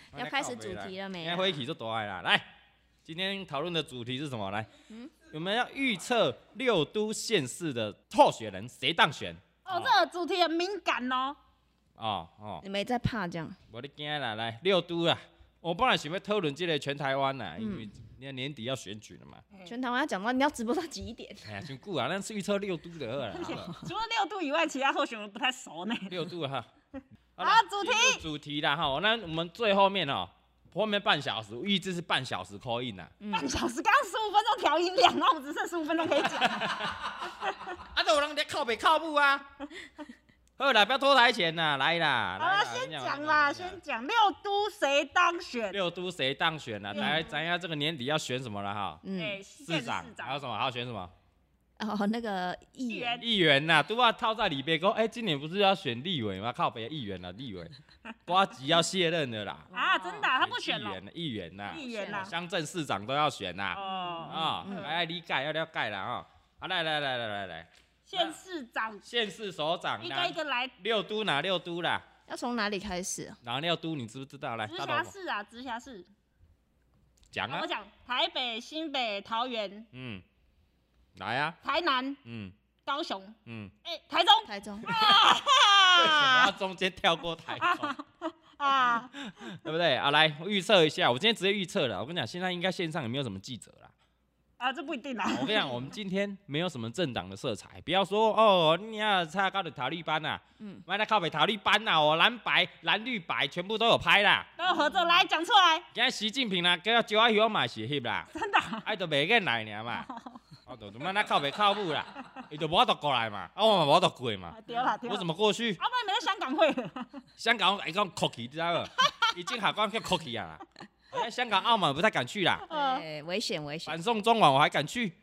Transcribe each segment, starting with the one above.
主题了没应该啊？会一起就多爱啦。来，今天讨论的主题是什么？来，嗯我们要预测六都县市的候选人谁当选。哦，这个主题很敏 感哦。哦哦，你没在怕这样？我的天啦，来六都啦！我本来想要讨论这个全台湾啦，嗯因为年年底要选举了嘛。全台湾要讲到你要直播到几 点？哎呀，真久啊，咱是预测六都的好啦。除了六度以外，其他候选人不太熟呢。六度哈。好啦主题进入主题啦哈，哦那我们最后面哦，后面半小时预计是半小时 call in 啦。半小时，刚刚十五分钟调音量，然后我们只剩十五分钟可以讲。啊，都有人在靠北靠步啊。 好啦，不要拖台前啦，来啦。好来了，啦先讲啦，先讲六都谁当选？六都谁当选啊啦？大啊家咱要这个年底要选什么了哈？嗯，哎，县市市哎长还有什么？还要选什么？哦，那个议员，员议员呐、都要套在里边说，哎、今年不是要选立委吗？靠北啊议员啦，立委， 瓜吉要卸任的啦。啊，真的啊，他不选议了员，呐，议员呐、议员啦。乡镇市长都要选呐、哦，啊，来理解要了解啦啊。啊，来来来来来来，县市长县市首长一啦个一，个来，六都哪六都啦？要从哪里开始哦啊？哪六都你知不知道？来，直大辖头市啊，直辖市。讲啊啊我，讲台北、新北、桃园、嗯，来啊，台南、嗯高雄，嗯，哎，台中台中，然后啊中间跳过台 中。啊，对不对啊？来我预测一下，我今天直接预测了。我跟你讲，现在应该线上也没有什么记者啦。啊，这不一定啊。我跟你 讲，我们今天没有什么政党的色彩，不要说哦，你要差高的塔利班呐、啊，嗯嗯，妈的靠北塔利班呐、啊，哦，蓝白蓝绿白全部都有拍啦。都有合作，来讲出来，今天习近平啦，跟九阿勇嘛是翕啦，真的啊。爱都袂瘾来尔 嘛，哦，就妈那靠北靠母啦，伊就无得过来嘛，啊，我嘛无得过嘛，啊对啦，对啦。我怎么过去？啊，不然没在香港会了。香港来讲 cookie 知 道吗？已经海关叫 cookie 啊啦，哎香港澳门不太敢去啦。呃，哎，危险危险，反送中网我还敢去？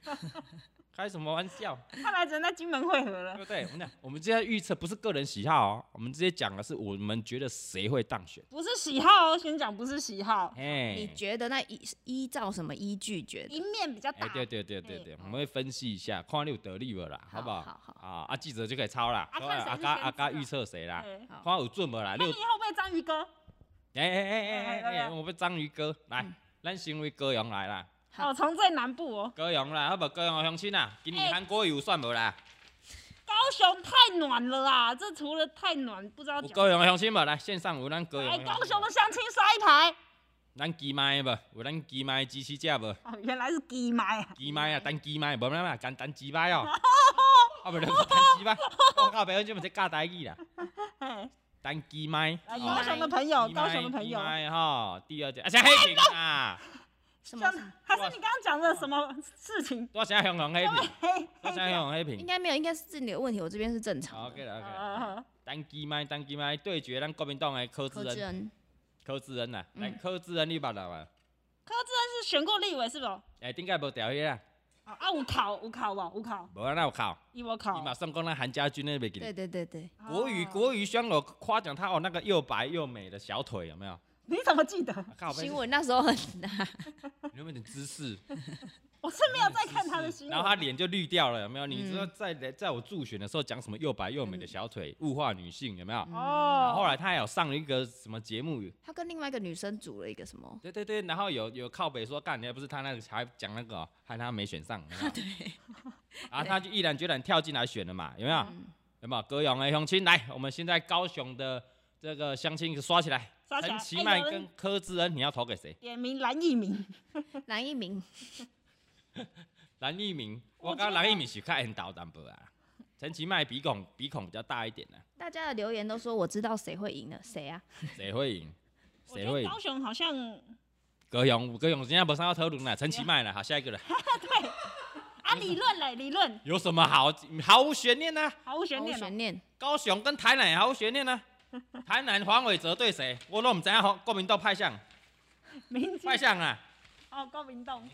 开什么玩笑，看来只能在金门会合对了。不对？我们讲，我们今天预测不是个人喜好哦，我们直接讲的是我们觉得谁会当选。不是喜好哦，先讲不是喜好，哎，你觉得那依依照什么依据觉一得？面比较哎，大。对对对对对，我们会分析一下，看你有得力不啦，好好不好？好好啊啊，记者就可以抄啦，啊对吧看谁阿是嘎先阿嘎知道预测谁啦，哎好看有准无啦？那啊六 你以后被章鱼哥？哎哎哎哎哎哎哎，哎我们章鱼哥来，嗯咱先为高阳来啦，好哦，从最南部哦，高阳啦，好不好？高阳的乡亲啊，今年哎韩国瑜有算无啦？高雄太暖了啦，这除了太暖，不知道有讲。高阳的乡亲无？来，线上有咱高阳哎，的乡高亲雄的相亲刷一排。咱机麦无？有咱机麦支持者无？哦，原来是鸡麦啊。机麦啊，单机麦，无咩嘛，简单机麦哦。 啊，不是单机 麦，我靠，哦白我这么在教台语啦。 哎，单机麦，哎哦高雄的朋友，机麦高雄的朋机友，麦哈，第二只啊，啥黑屏 啊？什么像？还是你刚刚讲的什么事情？多啥香港黑屏？ 嘿，多啥香港黑应屏该没有，应该是自己的问题，我这边是正好常？OK 的。了 OK 了。呃，单机麦，单机麦对决咱国民党的柯志柯志恩，恩，柯志恩呐，啊来嗯柯志恩你捌啦无？柯志恩是选过立委是不？哦哎，顶个无调迄啦，啊，有考，有考哦，有考，无哪有靠？伊无伊考嘛。算讲咱韩家军那袂记得对。对对对，国语哦国语宣我夸奖他哦，那个又白又美的小腿有没有？啊、你怎么记 得？靠背新闻那时候很难，有没有点姿势？我是没有在看 他的新闻。嗯然后他脸就绿掉了，有没有？你知道在在我助选的时候讲什么又白又美的小腿，物化女性有没有？然哦，后后来他还有上了一个什么节目，他跟另外一个女生组了一个什 么？对对对，然后有有靠北说干，你还不是他那个还讲那个、哦，害他没选上，有没 有对，然后他就毅然决然跳进来选了嘛，有没有？嗯有没有？歌咏的乡亲来，我们现在高雄的这个乡亲刷起来，刷起来陈其哎迈有人跟柯志恩，你要投给谁？点名蓝奕明，蓝一鸣，蓝一鸣，我我刚觉蓝得一鸣是看 N 倒淡薄啊，陈其迈鼻孔鼻孔比较大一点啊呢、大家的留言都说我知道谁会赢了，谁啊？谁会赢？我谁觉会得赢高？雄好像 啊葛勇，葛勇今天不上要投轮了，陈其迈了，好，下一 个了，啊，理论嘞，理论有什么好毫无悬念呢、啊毫无悬毫无念哦。悬念，高雄跟台南也毫无悬念呢、台南黄伟哲对谁？我都不知道国民党派向民进派向啊，哦，高明栋。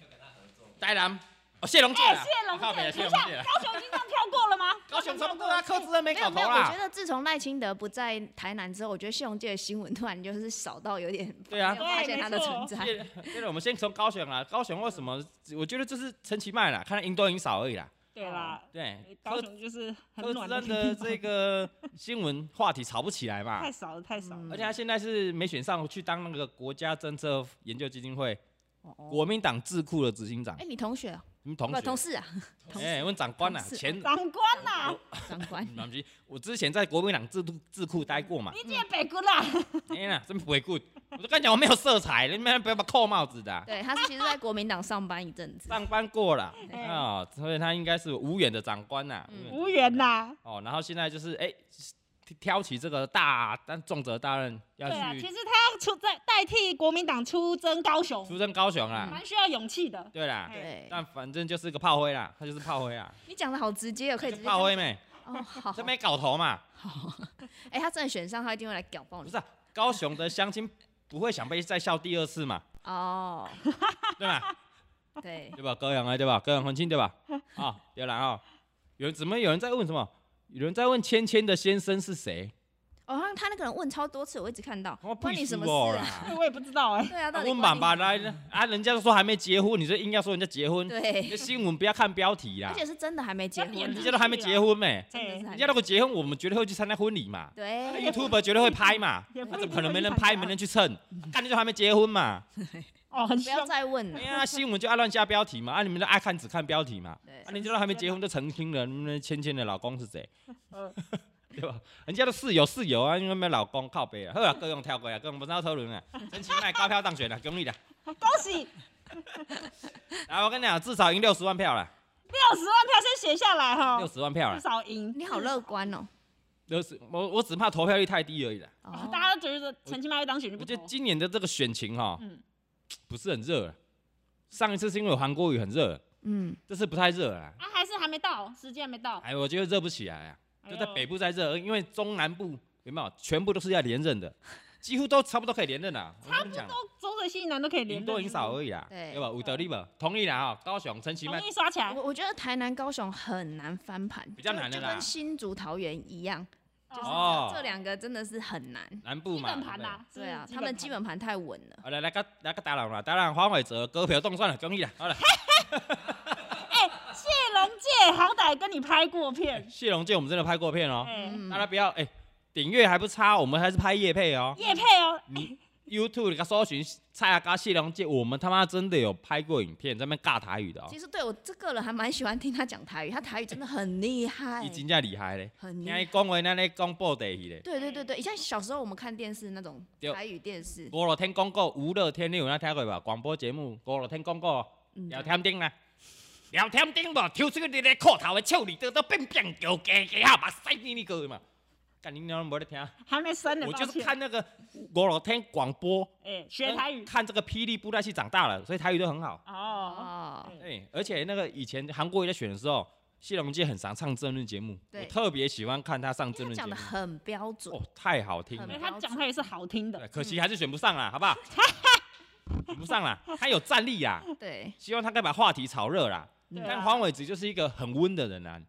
台南哦谢龙介哎，啦，谢龙啊靠北介，啊谢等一龙下，介啦，高雄已经这样跳过了 吗？高雄差不多啊，跳柯过志了恩没没有搞没头啊有，我觉啦，得自从赖清德不在台南之后，我觉得谢龙介的新闻突然就是少到有点对啊没有发现他的对没存错在。啊对了，我们先从高雄啊，高雄为什么？我觉得这是陈其迈啦，看他赢多赢少而已啦。对啦，对，哎高柯雄就是很柯暖志恩地 的方这个新闻话题吵不起来嘛 太，少了，太少了。而且他现在是没选上，去当那个国家政策研究基金会哦哦国民党智库的执行长哎、，你同学啊你们同不同学，事啊，同事哎，问长官啊，同事前长官呐、长 官，嗯不是我之前在国民党智库智库待过嘛， 你这北姑啦，哎呀，真不会 good，我就跟你讲我没有色彩，你们不要把扣帽子的啊、对，他是其实在国民党上班一阵子，上班过了啊、哎哦所以他应该是无缘的长官呐、嗯无缘呐、哦，然后现在就是哎、挑起这个大但重责大任要对啊，其去实他要出在代替国民党出征高雄，出征高雄啦，蛮需要勇气的。对啦，哎嗯对，但反正就是个炮灰啦，他就是炮灰啦，你讲的好直接哦，可以就直接炮灰没，哦，好，这没搞头嘛，哎、他真的选上，他一定会来屌爆不你是、啊、高雄的乡亲不会想被再笑第二次嘛，哦，对吧？对，对吧？高阳啊，对吧？高阳很近，对吧？啊、对了啊、有人怎么有人在问什么？有人在问芊芊的先生是谁？哦，他他那个人问超多次，我一直看到，我关你什么哦屁事啊？啦！哎我也不知道哎、对啊，到底问关爸你爸来啊，人家都说还没结婚，你就硬要说人家结婚？你啊对的，新闻不要看标题啦而，且是真的还没结婚那啊，你人家都还没结婚没、真的是还人没哎家哎如果结婚，我们绝对会去参加婚礼嘛。那对， YouTube 绝对会拍嘛，也不那一怎定么可能没人会去参拍、加没人去 蹭？看你就还没结婚嘛。哦，很不要凶，再问了哎，呀，新闻就爱乱下标题嘛，啊，你们就爱看只看标题嘛。对啊，，人家都还没结婚就成亲了，那芊芊的老公是谁？ 嗯 对吧？人家的室友室友啊，因为没老公靠背啊，好 啊，各用跳过啊，各用不知道讨论啊， 真情卖高票当选了，啊恭喜啦！ 恭喜然后我跟你讲，至少赢六十万票了，六十万票先写下来哈六，十万票至了，少赢。你好乐观哦，六十，我我只怕投票率太低而已啦。哦哦，大家都觉得陈其迈会当选就我不觉得投今年的这个选情哈、嗯不是很热啊。上一次是因为有韩国瑜很热，嗯，这次不太热了啦。啊，还是还没到，时间还没到，哎，我觉得热不起来啊，就在哎呦北部在热，因为中南部有没有全部都是要连任的，几乎都差不多可以连任了。我跟你讲，都中水西南都可以连赢任多赢少是而已啦，对对吧？有道理吧？同意啦啊、高雄陈其不是迈容易刷起来，我我觉得台南、高雄很难翻盘，比较难的就就啦跟新竹、桃园一样，就是哦哦这两个真的是很难。南部基嘛，本对不盘对呐，对啊，是他们基基本盘太稳了。好来来个来个打人啦，打人黄伟哲割票动算了，恭喜啦，好了。本盘谢人界好歹跟你拍过片，谢龙介我们真的拍过片哦，哎，嗯大，家不要哎，顶月还不差，我们还是拍叶配哦。叶配哦，你 YouTube 你个搜寻蔡阿嘎谢龙介，我们他妈真的有拍过影片，在那边尬台语的哦其，实对我这个人还蛮喜欢听他讲台语，他台语真的嗯很厉害已，经在厉害嘞。很厉听伊害。讲话，咱咧讲布袋戏咧。对对对对，像小时候我们看电视那种对哦台语电视，五六天广告，五六天你有那听过吧？广播节目五六天广告，哦嗯聊天顶啦，聊天顶无抽出你咧裤头的手里头都变变球加加啊，目屎你你个嘛！干你娘拢无咧听，啊还没生呢，我抱就是歉，看那个五六天广播，嗯哎，学台语看这个霹雳布袋戏长大了，所以台语都很好。哦，哦，哎、而且那个以前韩国瑜在选的时候，谢龙介很常上政论节目，对我特别喜欢看他上因政为论他节讲目的，很标准哦，，太好听了因很。为他讲他也是好听的对，可惜还是选不上啦，好不 好？选不上啦，他有战力啊呀，对，希望他可以把话题炒热啦。对但啊黄伟哲就是一个很温的人啊，哎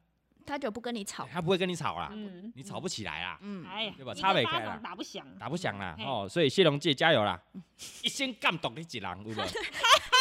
他就不跟你吵。他不会跟你吵啦，嗯，你吵不起来啦，嗯，哎呀，啊对吧一个差北巴开掌啦打不响，打不响啦嗯哦。所以谢龙介加油啦，一生监督你一人， 对不对？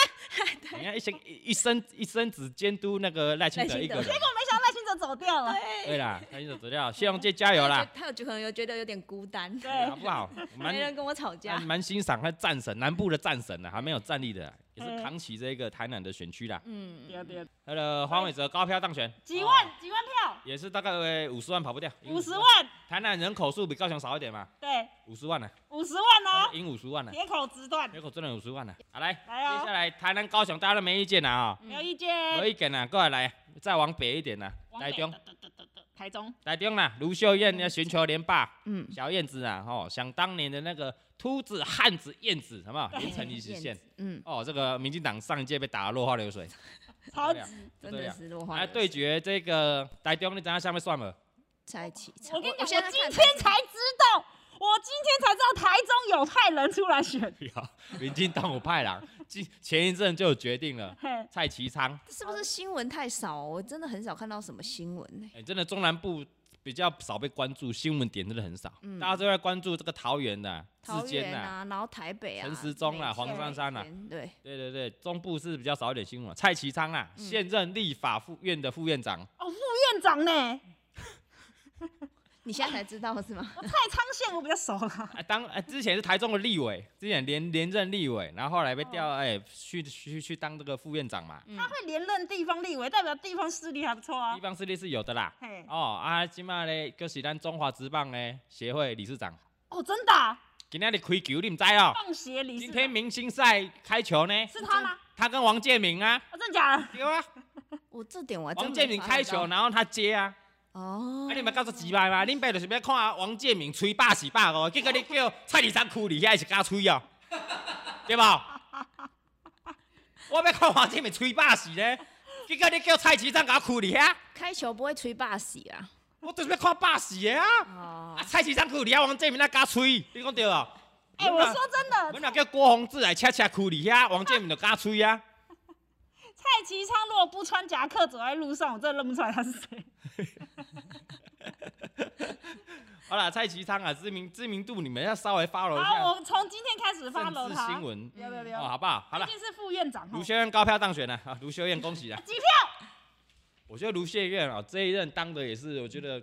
你看一生一一生一生只监督那个赖清德一个人赖清，我没想到赖清德走掉了，对啦， 赖清德走掉，谢龙介加油啦，他有可能有觉得有点孤单，对好不好？没人蛮跟我吵架蛮。蛮欣赏他战神南部的战神啊呢，还没有战力的啦，也嗯是扛起这个台南的选区啦。嗯，对对，他的黄伟哲高票当选，几啊哦万几万票，也是大概五十万跑不掉，赢五十。万，台南人口数比高雄少一点嘛，对，五十万呢、五十万啊，哦，赢五十万呢、铁口直断，人口真的五十万呢、好来，来哦接下来台南、高雄大家都没意见啦啊、没有意见，没意见啊啦，过来来，再往北一点啦，嗯往台北中得，得得得得台中，台中啦，卢秀燕要寻求连霸，嗯，小燕子啊，哦，想当年的那个秃子、汉子、燕子，什哎么连成一直线。嗯，哦，这个民进党上一届被打得落花流水，超不级得了，真对的啊是落花来流水对决这个台中，你等下下面算吗？在一起。我跟你现讲，在看我今天才知道，我今天才知道台中有派人出来选，不要，民进党有派啦，今前一阵就有决定了，嘿，蔡其昌，是不是新闻太少？我真的很少看到什么新闻呢、哎、真的中南部比较少被关注，新闻点真的很少，大家都在关注这个桃园的、之桃间园的、啊，然后台北啊，陈时中啊每黄天珊珊啊每天对，对对对，中部是比较少一点新闻、蔡其昌啊，现任立法副院的副院长，哦，副院长呢？你现在才知道是吗？我太仓县我比较熟啦。啊，当啊之前是台中的立委，之前连连任立委，然后后来被调哎、去去去当这个副院长嘛，他会连任地方立委，代表地方势力还不错啊地。方势力是有的啦。嘿，哦啊，今嘛咧，就是咱中华职棒咧协会理事长，哦，真的、啊，今天你开球你唔知哦、棒协理今事天长明星赛开球呢，是他吗？他跟王建民啊，哦，真的假的？对啊，我啊这点我还真王没建民发开现到球，然后他接啊，哦啊，你们搞做几摆嘛？恁爸就是要看王建民吹百是百哦，结果你叫蔡里山区里遐是敢吹哦， 对吧？我要看王建民吹百是呢，结果你叫蔡其昌甲我区里遐，开球不会吹霸喜啊，啊我就是要看百是的啊。哦啊，，蔡其昌区里遐王建民那敢吹，你讲对无？哎、我说真阮的，若叫郭宏志来恰恰区里遐，王建民就敢吹啊。 蔡其昌如果不穿夹克走在路上，我真的认不出来他是谁。好啦，蔡其昌啊，知名知名度你们要稍微 follow 一好，下我从今天开始发楼政治他。新闻不要不要不哦，要，好不好？好毕了，竟是副院长哦。卢秀燕高票当选了啊，卢 秀燕恭喜了。机票，我觉得卢秀燕啊这一任当的也是，我觉得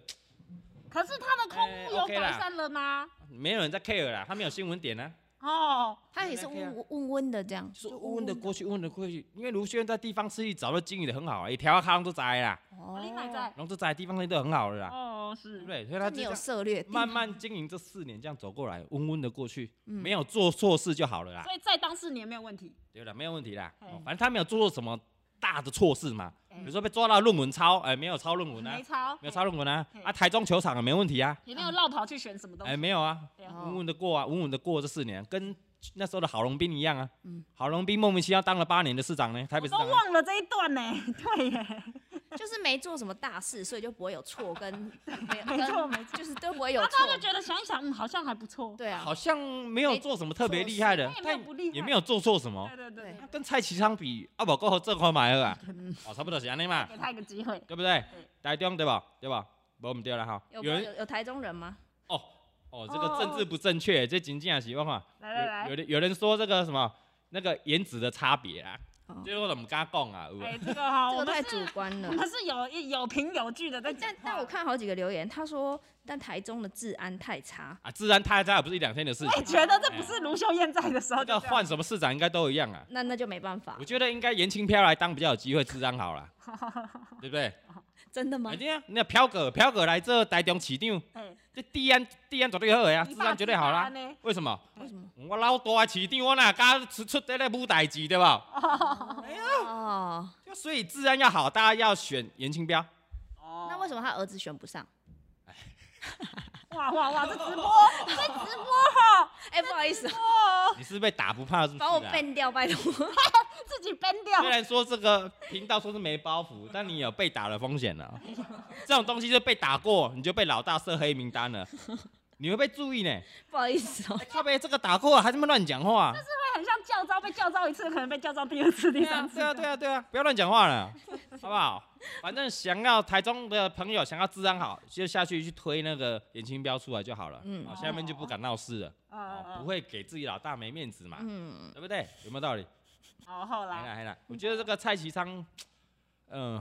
可是他的空哎屋有 OK 啦改善了吗？没有人在 care 啦，他没有新闻点啊，哦，他也是温温温的这样，就是问的过去，问的过去，因为卢秀燕在地方势力早就经营的很好啊，一条康都栽啦，哦你买在？龙都栽地方势力都很好了啦，哦，对是不。对？所以他你这有样涉猎，慢慢经营这四年，这样走过嗯来，温温的过去，没有做错事就好了啦所，以再当四年没有问题。对了，没有问题啦，啊哦嗯反正他没有做错什么大的错事嘛，嗯比如说被抓到论文抄，哎，没有抄论文啊没，抄，没有抄论文啊嗯，啊，台中球场也没问题啊，也没有绕跑去选什么东哎，西。没有啊，对哦啊稳稳的过啊，稳稳的过这四年，跟那时候的郝龙斌一样啊。嗯郝龙斌莫名其妙当了八年的市长呢，台我北市都长呢。忘了这一段呢。对耶，就是没做什么大事，所以就不会有错跟 没有没错没跟错就是都不会有然后错他，就觉得想一想，嗯，好像还不错。对啊好，像没有做什么特别厉害的哎没，但他也没有不厉害也没有做错什么对。对对对，跟蔡其昌比，啊无够这块买了 啊，哦，差不多是安尼嘛，给他一个机会。对不对？台中对吧？对吧？无唔对了哈。有有人有有台中人吗？哦哦，这个政治不正确，这仅仅也是我看。来来来有有人有人说这个什么那个颜值的差别啊哦，就是我怎么敢讲啊？有无哎，这个哈，这我个太们主是，观我了。们是有有凭有据的在讲嗯但话。但我看好几个留言，他说，但台中的治安太差，啊，自然他他也不是一两天的事我情啊也。哎觉得这不是卢秀燕在的时候这就个这样。换什么市长应该都一样啊。那那就没办法我，觉得应该严清飘来当比较有机会，治安好 啦，对不对？真的吗肯？定啊，那飘哥飘哥来这台中市长，哎这治安治安绝对好的啊，治安绝对好啦。呢。为什么？为什么？我老大的市长，我哪敢出出这个舞代志对吧？哦，就所以治安要好，大家要选严清标。哦那为什么他儿子选不上？哇哇哇，这直 播，这直播哈，哎，不好意思，哦，你是被打不怕是不是、 把我啊？ ban 掉，拜托。自己编掉虽。然说这个频道说是没包 袱，但你有被打的风险了。这种东西就被打过，你就被老大设黑名单了，你会被注意呢。不好意思哦哎，靠背这个打过了还这么乱讲话，很像教招，被教招一次，可能被教招第二次、第对 啊三次。对啊对啊对啊，不要乱讲话了， 好不好？反正想要台中的朋友想要治安好，就下去去推那个严清标出来就好了。嗯嗯，啊好，下面就不敢闹事了，嗯哦，不嗯嗯。会给自己老大没面子嘛，嗯，对不对？有没有道理？哦，后还来啦还啦，我觉得这个蔡其昌，嗯、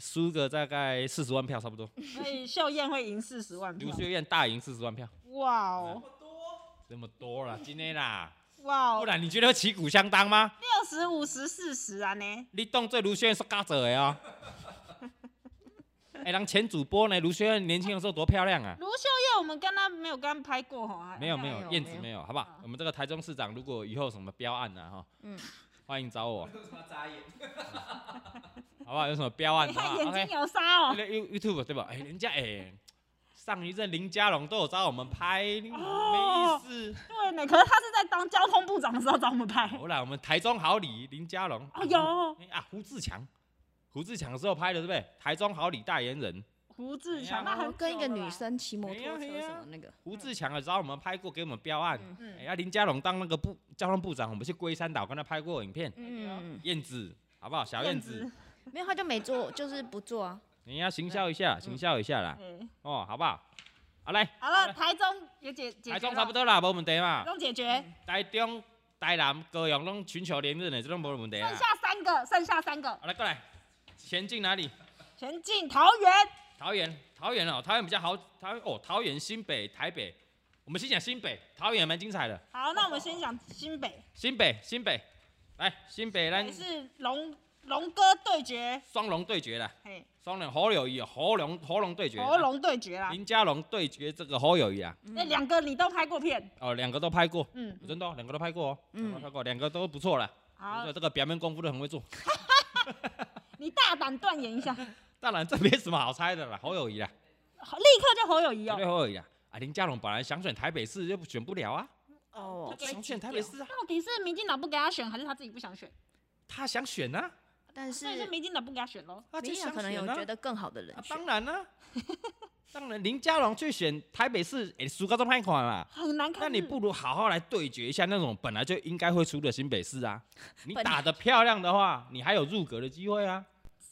输个大概四十万票差不嗯多，所以秀燕会赢四十万票刘。学院大赢四十万票，哇哦，这么多 了，今天啦，哇不哦，然你觉得旗鼓相当吗？六十五十四十啊呢？你当做卢学院是嘎者的哦。 哎、人前主播呢？卢学院年轻的时候多漂亮 啊！卢秀燕，我们跟她没有跟她拍过哎哈，没有还没没有，有燕子没没有，好不好？我们这个台中市长如果以后有什么标案啊，哈，嗯欢迎找我。 好不好？有什么标案 你的话看哎眼啊，OK 睛有沙哦。那 You YouTube 对吧？哎、人家哎、上一任林佳龙都有找我们拍，哦没意思。对呢，可是她是在当交通部长的时候找我们拍。好啦，我们台中好礼林佳龙，哦，有哎啊，胡志强，胡志强的时候拍的，对不对？台中好礼代言人胡志哎呀强，那很久跟一个了啦女。生骑摩哎呀托车哎呀什么那个，胡志强也找我们拍过，给我们标案。嗯哎、嗯，呀、林佳龙当那个部交通部长，我们去龟山岛跟他拍过影片。嗯，燕子，好不好？小燕子，，没有他就没做，就是不做啊，你要行销一下，行销一下啦，嗯，哦，好不好？啊来，好了，台中也解解决台了，中差不多嗯啦，无问题嘛台。中解决，台中、台南、高雄拢全球连任的，这拢无问题啊剩。下三个，剩下三个，好来，过来，前进哪里？前进桃园，桃园，桃园哦，桃园比较好，桃园哦，桃园、新北、台北，我们先讲新北，桃园也蛮精彩的。好，那我们先讲新北，新北，新北，来，新北咱也是龙龙哥对决，双龙对决啦，嘿，双龙侯友谊、侯龙侯龙对决，火龙对决啊啦，林佳龙对决这个侯友谊啊，嗯那两个你都拍过片，哦，两个都拍过，嗯，真的哦、两个都拍过哦，嗯两个都拍过，两个都不错啦。好这，个表面功夫都很会做，你大胆断言 一下，好当然这没什么好猜的 啦，侯友谊啦，啊立刻就侯友谊绝哦对，侯友谊啊。啊，林佳龙本来想选台北市，又选不了啊，哦他，想选台北市啊，到底是民进党不给他选，还是他自己不想选？他想选啊，但所以是是民进党不给他选喽。他就民想想可能有选啊觉得更好的人啊， 选当，然啦、当然林佳龙去选台北市，诶、输高中派款啊啦。很难看。那你不如好好来对决一下那种本来就应该会输的新北市 啊！你本来打得漂亮的话，你还有入阁的机会啊！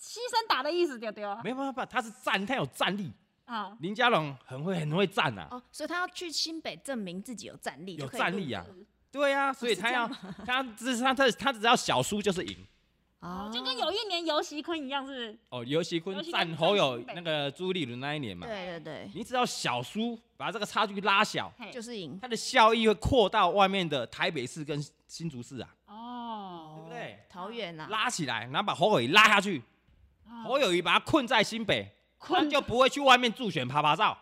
牺牲打的意思，对对啊没办法，他是战，他有战力。啊，林佳龙很会很会战啊，哦，所以他要去新北证明自己有战力，有就可以战入力啊阁，哦对啊，所以是他这要样他只是他他他只要小输就是赢哦，就跟有一年游锡坤一样，是不是？哦。尤其坤尤其坤战侯友战新北那个朱立伦那一年嘛，对对对，你只要小输，把这个差距拉小，嘿就是赢，它的效益会扩到外面的台北市跟新竹市啊。对哦不，对？桃园啊，拉起来，然后把侯友谊拉下去，哦侯友谊把他困在新北，他困就不会去外面助选爬爬照。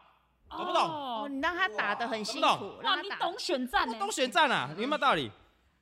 懂不懂哦，哦你让他打得很懂辛不懂苦，哇，让你他打懂选战欸呢？都选战啊，有没有道理？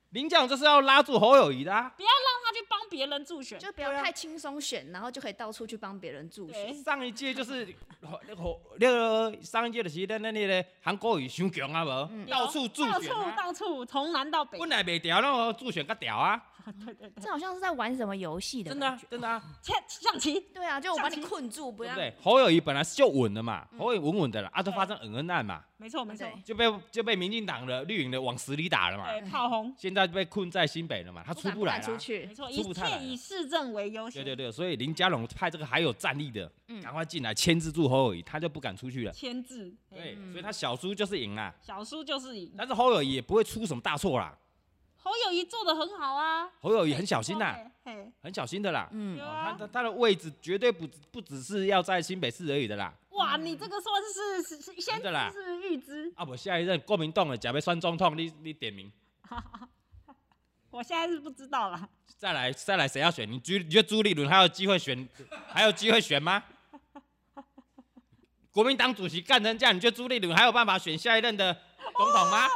林佳龙就是要拉住侯友谊的、啊。不要让他去帮别人助选。就不对要啊太轻松选，然后就可以到处去帮别人助对选。上一届就是侯那个侯那个上一届就是咱那那个韩国瑜伤强啊无，嗯到处助到选处啊，到处，从南到北本。来袂调，那个助选个调啊，对对对，这好像是在玩什么游戏的真的啊感觉真的啊，切象棋对啊，就我把象你棋困住，不对让不对？侯友谊本来就稳的嘛，嗯侯友宜稳稳的啦，啊都对发生恩恩案嘛，没错没错，对就被就被民进党的绿营的往死里打了嘛，对炮轰，现在被困在新北了嘛，他不出敢不不来敢了出啊。没去。错，出一不太来切以市政为优 对先。对对，所以林佳龙派这个还有战力的，嗯赶快进来牵制住侯友谊，他就不敢出去了。签字，哎对，嗯所以他小输就是赢啦，小叔就是赢。但是侯友谊也不会出什么大错啦，侯友谊做的很好啊，侯友谊很小心呐，嘿，嘿，很小心的啦。嗯有哦他啊，的他的位置绝对不不只是要在新北市而已的啦。哇，你这个算是是是先真的嗯啦知是预知，啊，不，下一任国民党的假被酸中痛，你你点名，我现在是不知道啦。再来再来谁要选？你朱你觉得朱立伦还有机会选， 还有机会选吗？ 国民党主席干成这样，你觉得朱立伦还有办法选下一任的总统吗？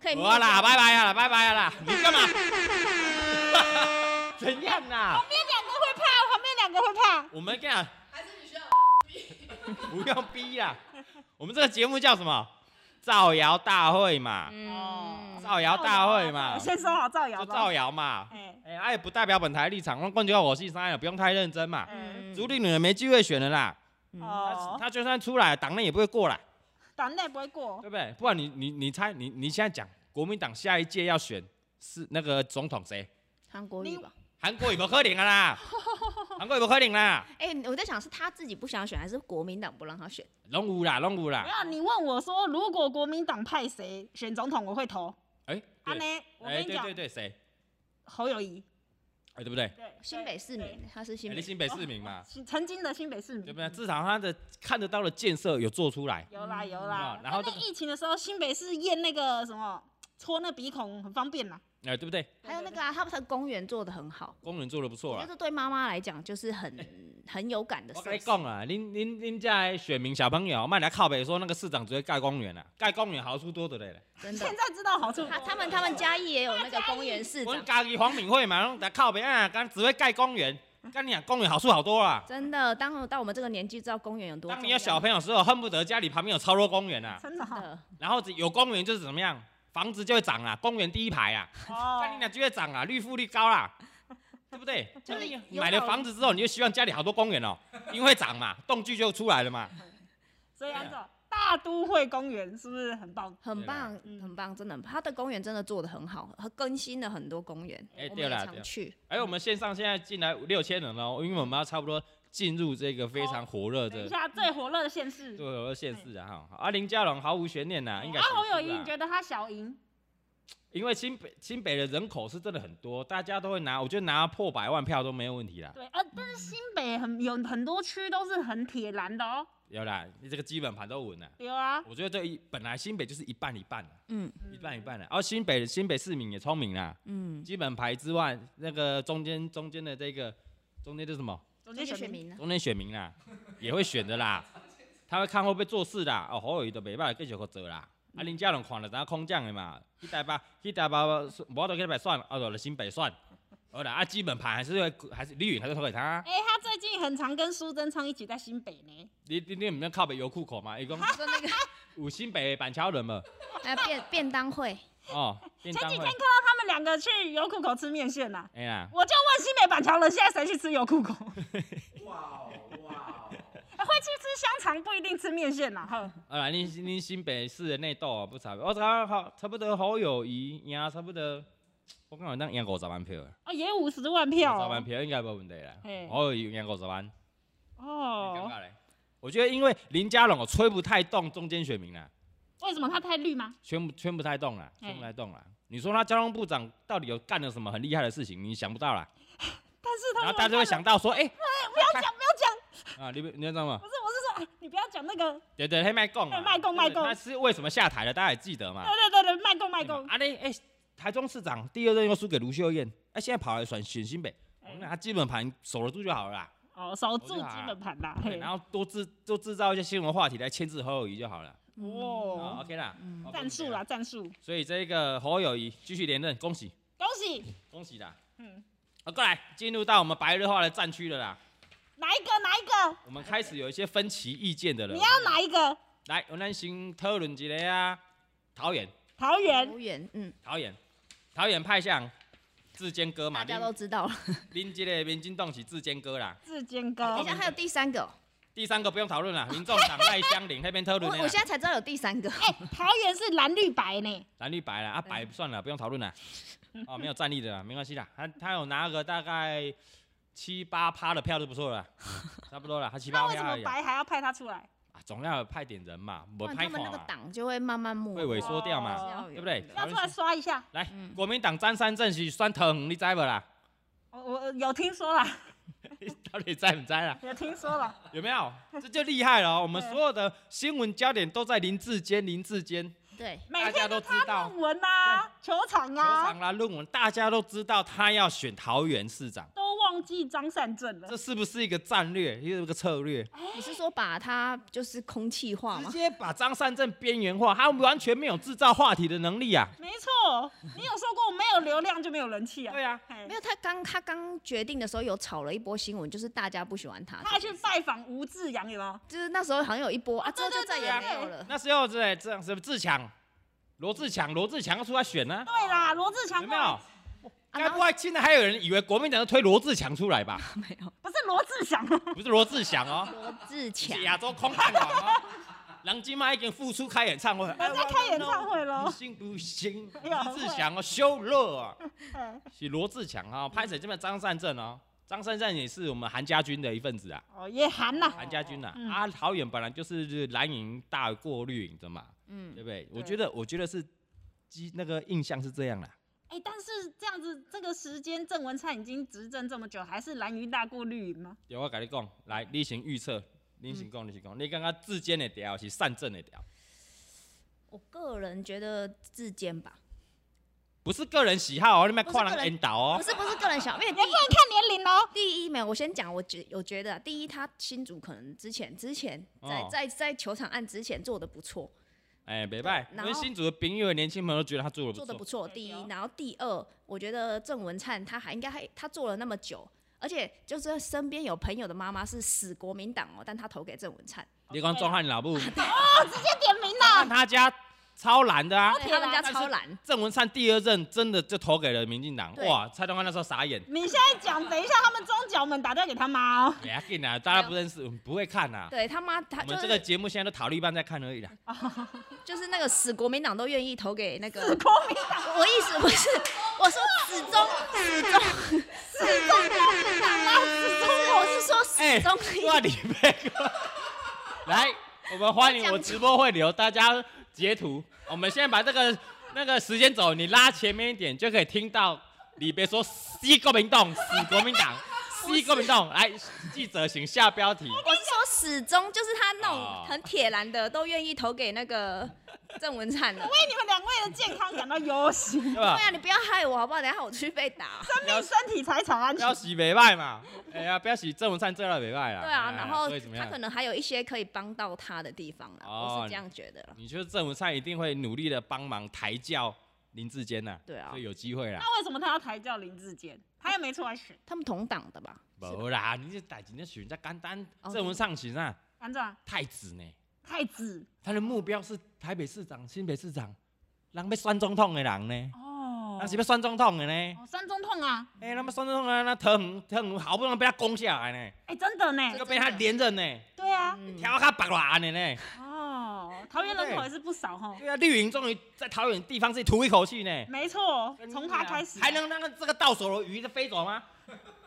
可以灭我啦，绝拜拜啊啦，拜拜啊啦，你干嘛？怎样啦？旁边两个会怕，旁边两个会怕。我们这样，还是你需要不要逼啦。我们这个节目叫什么？造谣大会嘛，哦嗯，造谣大会嘛，我啊就先说好造谣吧。造谣嘛。哎哎，啊也不代表本台立场，光棍就要我是三友，不用太认真嗯嘛。哎，朱立伦没机会选了啦，哦，嗯他就算出来，党内也不会过啦，党内不会过对，不对？不然你你你猜，你你现在讲国民党下一届要选是那个总统谁？韩国瑜吧。韩国也不可能啊啦，韩国也不可能啦，哎，我在想是他自己不想选，还是国民党不让他选？拢有啦，拢有没啦。有，你问我说，如果国民党派谁选总统，我会投。哎、啊对，呢，我哎、跟你对讲对，对，谁？侯友谊，哎、对不对？对，新北市对，民，他是新哎北你市新北市民嘛，新曾经的新北市对民。不对？至少他的看得到的建设有做出来，有啦嗯有啊啦，然后在这那个疫情的时候，新北市验那个什么，戳那鼻孔很方便啦。哎、对不对？还有那个啊，他们的公园做的很好，工人做的不错我觉啦得。这对妈妈来讲就 是很很有感的我跟你事。讲啊，您您您家的选民小朋友，卖来靠北说那个市长只会盖公园啊，盖公园好处多的嘞嘞。真的 现。在知道好处 多他了，他们他们嘉义也有那个公园市我们长，家己黄敏惠嘛，拢在靠北啊，刚只会盖公园，跟你讲公园好处好多啦。真的，当我到我们这个年纪，知道公园有多当重你要。有小朋友的时候，恨不得家里旁边有超多公园啊。真的真好的，然后只有公园就是怎么样，房子就会涨啦，公园第一排啊，那你哦。俩就会涨啊，绿覆率高 啦，对不对？就是那你有买了老房子之后，你就希望家里好多公园哦，因为涨嘛，动距就出来了嘛。所以按啊照大都会公园是不是很棒？很棒，嗯很棒，真的，他的公园真的做的很好，他更新了很多公园，哎我对们也啦对常啦去。哎，我们线上现在进来六千人哦，因为我们要差不多进入这个非常火热哦等的一下最火热的县市最。火热县市啊哈。好啊，林佳龙毫无悬念呐、应该啊，是侯友输谊，啦你觉得他小赢？因为新北新北的人口是真的很多，大家都会拿，我觉得拿破百万票都没有问题啦。对，呃，但是新北很有很多区都是很铁蓝的哦。有啦，你这个基本盘都稳了。对啊，我觉得这一本来新北就是一半一半的，嗯一半一半的。而、新北新北市民也聪明啊啦，嗯，基本牌之外，那个中间中间的这个中间就是什么？总结选民。民呢？中间选民啦， 也会选的啦，他会看会不会做事啦。哦，侯友谊都袂歹，继续去做啦。啊，嗯林佳龙看了，知影空降的嘛，去台北，去台北，无都去台北选，啊，就来新北选。好啦，啊，基本盘还是会，还是李允还是投给他、哎、他最近很常跟苏贞昌一起在新北呢。你你你毋免靠北油库口嘛？ 伊讲说那个有新北的板桥人嘛？呃便便当会，哦，便前当几天会看。到他们两个去油库口吃面线呐、哎呀，我就问新北板桥人，现在谁去吃油 库口？哎哇哦哇哦！会去吃香肠，不一定吃面线呐、啊。好啦，恁恁新北市的内斗啊，不差不多，我差好差不多好友谊赢差不多，我感觉咱赢五十万票的，哦，也五十万票、五十万哦。票哦应该无问题啦嘿。好友谊赢五十万，你感哦，觉嘞？我觉得因为林佳龙哦吹不太动中间选民啦，为什么他太绿吗？圈不圈不太动啦，嘿圈不太动啦。你说他交通部长到底有干了什么很厉害的事情？你想不到啦，但是他然们后大家就会想到说，哎，不要讲，不要讲，啊，你你知道吗不？是，我是说，哎，你不要讲那个，对对，黑麦共嘛，嘿麦共麦共啊他是为什么下台的？大家也记得嘛。对对对对，卖供卖对供啊嘛，啊，你哎、台中市长第二任又输给卢秀燕，哎、现在跑来选选新北，哎那他基本盘守得住就好了啦。哦，守住基本盘啦，啊对嘿，然后多制多制造一些新闻话题来牵制侯友谊就好了。啊哦， ，OK 啦，嗯，战术啦，。战术，啊所以这个侯友谊继续连任，恭喜恭喜，恭喜啦！嗯，啊，过来进入到我们白热化的战区了啦。哪一个哪一个？我们开始有一些分歧意见的了你。要哪一个？来，我们先讨论一下啊，桃园，桃园，无缘，嗯，桃园，桃园派向志坚哥嘛，大家恁都知道了。恁这个民进党是志坚哥啦。志坚等嗯哥一，下还有第三个哦，第三个不用讨论了，民众党赖香林那边讨我论我了现，在才知道有第三个。哎，桃园是蓝绿白呢，蓝绿白了啊，白算了，不用讨论了。哦，没有战力的啦，没关系啦，他他有拿个大概七八趴的票就不错了，差不多了，他七那八为什趴而么已啊，白还要派他出来？啊总要派点人嘛，不我然派他们那垮个嘛，党就会慢慢没会萎缩掉嘛。哦对不对要出来刷一下，来嗯，国民党张三正是酸疼，你知不啦？ 我我有听说啦， 你到底在不在啦？有听说啦，有没有？这就厉害了哦！我们对所有的新闻焦点都在林志坚，林志坚，对，每大家天都都知他道论文啊，球场球啊，场啦、论文，大家都知道他要选桃园市长。都忘记张善政了这。是不是一个战略，一个策略？你是说把它就是空气化直吗？接把张善政边缘化，他完全没有制造话题的能力啊！没错，你有说过没有流量就没有人气啊？对啊，嘿没有，他刚他刚决定的时候有炒了一波新闻，就是大家不喜欢他，他还去拜访吴志阳，有没哦有？就是那时候好像有一波啊，之后就再也没有了。那时候这这样什么自强，罗志强，罗志强要出来选呢、对啦，罗志啊，强有没有？啊该不会现在还有人以为国民党要推罗志强出来吧？没有，不是罗志祥，不是罗志祥哦，罗志强是亚洲空战王哦。郎金妈已经复出开演唱会，人家开演唱会你喽。信不信？哎呀罗志祥哦，羞辱啊！嘿是罗志强啊，拍谁这边张善政哦，张善政也是我们韩家军的一份子啊。哦，也韩呐，韩家军呐、啊，嗯桃园本来就是蓝营大过绿营的嘛，嗯对，不对？我觉得，我觉得是基那个印象是这样啦。哎，但是这样子，这个时间郑文灿已经执政这么久，还是蓝鱼大过绿营吗？有我跟你讲，来，你先预测，你先讲，你先讲，你刚刚自坚的调是善政的调，我个人觉得志坚吧，不是个人喜好哦，你们不是看个人人引导哦不。是不是个 人想，因为第也不能看年龄哦。第一没有，我先讲，我觉我觉得啊第一他新竹可能之前之前在、哦在在球场案之前做的不错，哎，别拜，因然为后新竹的朋友的年轻朋友觉得他做的做不的不错，哎错。第一，然后第二，我觉得郑文灿他还应该还他做了那么久，而且就是身边有朋友的妈妈是死国民党哦，但他投给郑文灿，你讲壮汉老布，这点名壮了汉，他家超蓝的啊。对他们家但是超蓝。郑文灿第二任真的就投给了民进党，对哇！蔡东汉那时候傻 眼， 你现在讲，等一下他们中角们打电话给他妈哦。哎呀，给啊，大家不认识，不会看啊呐、对他妈，他我就们是、这个节目现在都讨论一半在看而已啦。就是那个死国民党都愿意投给那个，国民党我意思不是，我说始终始终是中国民党啊，是中我是说死哎、哎，中 哇，你被 来，我们欢迎我直播会留大家截图。我们现在把这个那个时间轴你拉前面一点，就可以听到李别说“西国民党，死国民党，西国民 党”。来，哎记者请下标题。我是说始终就是他那哦种很铁蓝的，都愿意投给那个郑文灿 的。为你们两位的健康感到忧心，对对吧？啊，你不要害我好不好？等一下我去被打。生命、身体、财产安全标。示袂歹嘛，哎呀，标示郑文灿做了袂歹啦。 对啊，哎呀然后所以怎么他样可？能还有一些可以帮到他的地方啦，哦我是这样觉得啦。你觉得郑文灿一定会努力的帮忙抬轿林志坚呐？对啊所以有机会啦。那为什么他要抬轿林志坚？他又没出来选，他们同党的吧？是吧无啦，你这代志你选择简单，哦郑文灿选啊安怎？太子呢，太子他的目标是台北市长、新北市长，人要选总统的人呢，哦那是要选总统的呢。哦，三中痛啊！哎，那么选总统啊，那桃园桃园好不容易被他攻下来呢，哎、真的呢，又被他连任呢，对啊，嗯挑他白烂的呢。哦，桃园人口也是不少哈，对啊，绿营终于在桃园地方自己吐一口气呢。没错，嗯从他开始，啊啊还能让这个到手的鱼飞走吗？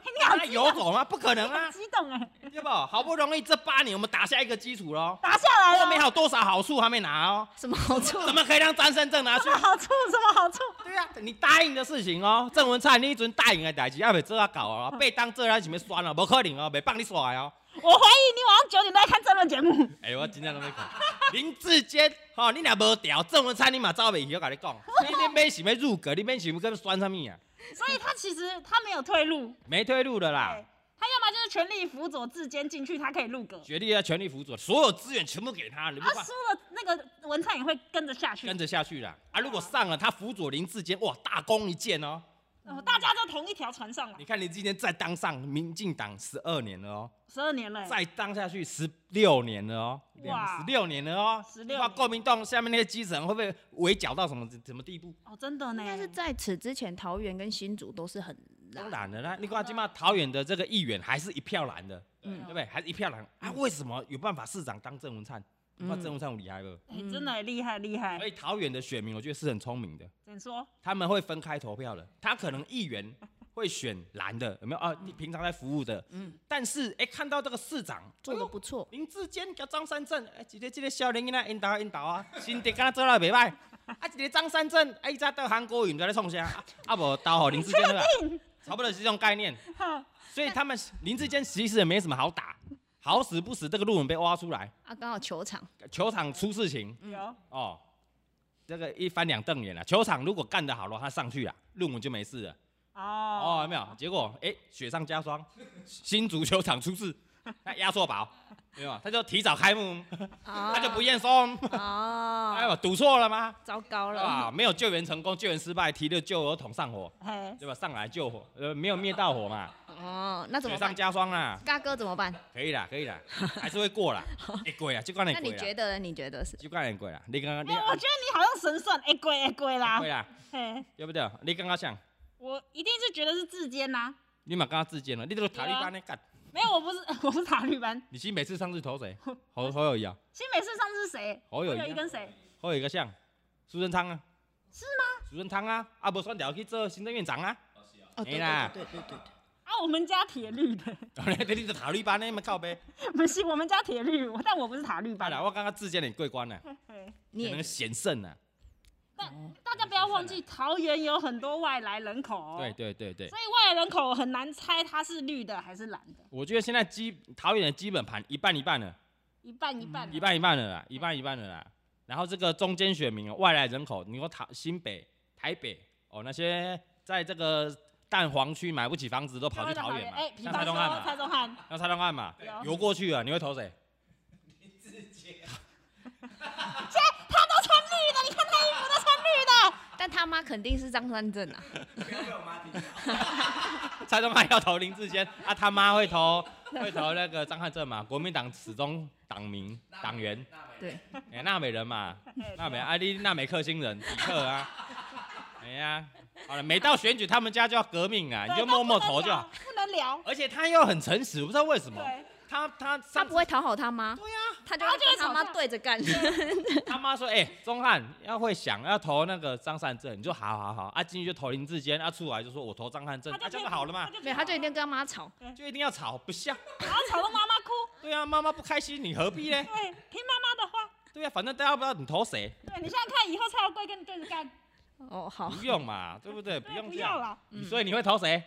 嘿你好让它游走吗？不可能 啊，激动哎、对不？好不容易这八年我们打下一个基础喽，打下来了，后面还有多少好处还没拿哦？什么好处？ 怎么可以让张胜正拿去什？么 好处？什么好处？ 对啊，你答应的事情哦，郑文灿，你一阵答应的代志，还袂做啊搞哦，被当做咱是要酸哦，无可能哦，袂放你耍哦。我怀疑你晚上九点都在看这论节目， 哎、我真正拢要看。 林志坚，吼、你若无调，郑文灿你嘛走袂去，我甲你 讲，你你免想要入阁，你免想要跟酸啥物啊？所以他其实他没有退路，没退路的啦对，他要么就是全力辅佐志坚进去，他可以入阁，决定要全力辅佐，所有资源全部给他，你不他怕输了那个文灿也会跟着下去，跟着下去啦？啊，如果上了他辅佐林志坚，哇，大功一件哦！哦大家都同一条船上了你，看林志坚再当上民进党十二年了哦，十二年了、欸，再当下去十六年了哦，哇十六年了哦， 16你看年国民党下面那些基层会不会围剿到什么什么地步？哦，真的呢，但嗯是在此之前，桃园跟新竹都是很当蓝，然了啦，你看今嘛桃园的这个议员还是一票蓝的，嗯对不对？还是一票蓝啊？为什么有办法市长当郑文灿？那郑文灿有厉害不？哎、真的欸厉、害厉害所，以桃园的选民，我觉得是很聪明的。怎说？他们会分开投票的，他可能议员会选蓝的，有没有啊？你平常在服务的，嗯，但是哎、诶看到这个市长做哎的呦不错。林志坚跟张三镇，哎、一个这个少年囡仔引导引导啊，心地敢若做了袂歹，啊，一个张三镇，哎、伊才到韩国语，毋知咧创啥，啊啊无投互林志坚了，啊差不多是这种概念，哼所以他们林志坚其实也没什么好打，好死不死这个论文被挖出来，啊，刚好球场球场出事情，有哦，这个一翻两瞪眼了。球场如果干得好的话，他上去了，论文就没事了。哦，哦有没有？结果哎、雪上加霜，新足球场出事，他压错宝，没有，他就提早开幕，啊，他就不验收，哎啊，呦，赌错了吗？糟糕对了，吧？没有救援成功，救援失败，提了救火桶上 火，嘿，对吧？上来救火，呃，没有灭到火嘛，哦，那 怎雪么上办？加霜啦，嘎哥怎么办？可以啦，可以 啦，还是会过啦，哎会过啦，就关你那过你觉啦，得呢？你觉得是？就关你过啦，你刚啊刚哎、我你觉得你好像神算，哎、鬼哎、鬼啦会，啦，嘿，对不对？你刚刚想。我一定是觉得是志坚呐、你嘛跟他自荐了，你这个塔利班 呢？干、没有，我不是 我不是塔绿班，你新北市上次投谁？侯侯友谊啊，新北市上次是谁？侯友宜啊谊跟谁？侯友谊个像苏贞昌啊，是吗？苏贞昌啊，啊无选掉去做行政院长啊， 哦，对没啦对对对对啊，我们家铁绿 的，你你这塔利班呢？嘛靠呗，不是我们家铁绿，我但我不是塔绿罢班。了，我刚刚自荐你啊过关了，嘿嘿你能也险胜啊。但大家不要忘记，桃园有很多外来人口、哦对。对对对所，以外来人口很难猜它是绿的还是蓝的，我觉得现在基桃园的基本盘一半一半了，一半一半啊、一半一半了啦，一半一半了啦。然后这个中间选民、哦，外来人口，你说桃新北、台北哦，那些在这个蛋黄区买不起房子都跑去桃园嘛哎，，比像方蔡东汉说嘛蔡，哦宗汉，那蔡东汉嘛，有游过去啊，你会投谁？他都穿绿的，你看他衣服都穿绿的。但他妈肯定是张三正 啊，不要被我妈听到。蔡宗汉要投林志坚，啊他妈会投会投那个张汉正嘛？国民党始终党民党员，那没对，哎纳美人嘛，哎 纳美啊你纳美克星人比克啊，哎呀，好了，每到选举他们家就要革命啊，你就默默投就好。不能聊，而且他又很诚实，我不知道为什不么能聊对，他他他上不会讨好他妈，对呀、他就然后就会跟他妈吵架对着干。他妈说，哎、钟汉要会想，要投那个张善政，你就好好好啊，进去就投林志坚，啊，出来就说我投张汉政，他啊，这就样就好了嘛， 没有，他就一定跟他妈吵。就一定要吵，不像，然后吵到妈妈哭，对啊，妈妈不开心，你何必呢？对，听妈妈的话，对啊，反正大家不知道你投谁，对你现在看以后蔡小贵跟你对着干，哦，好，不用嘛，对不对？不对，用不这要样，了，你所以你会投谁？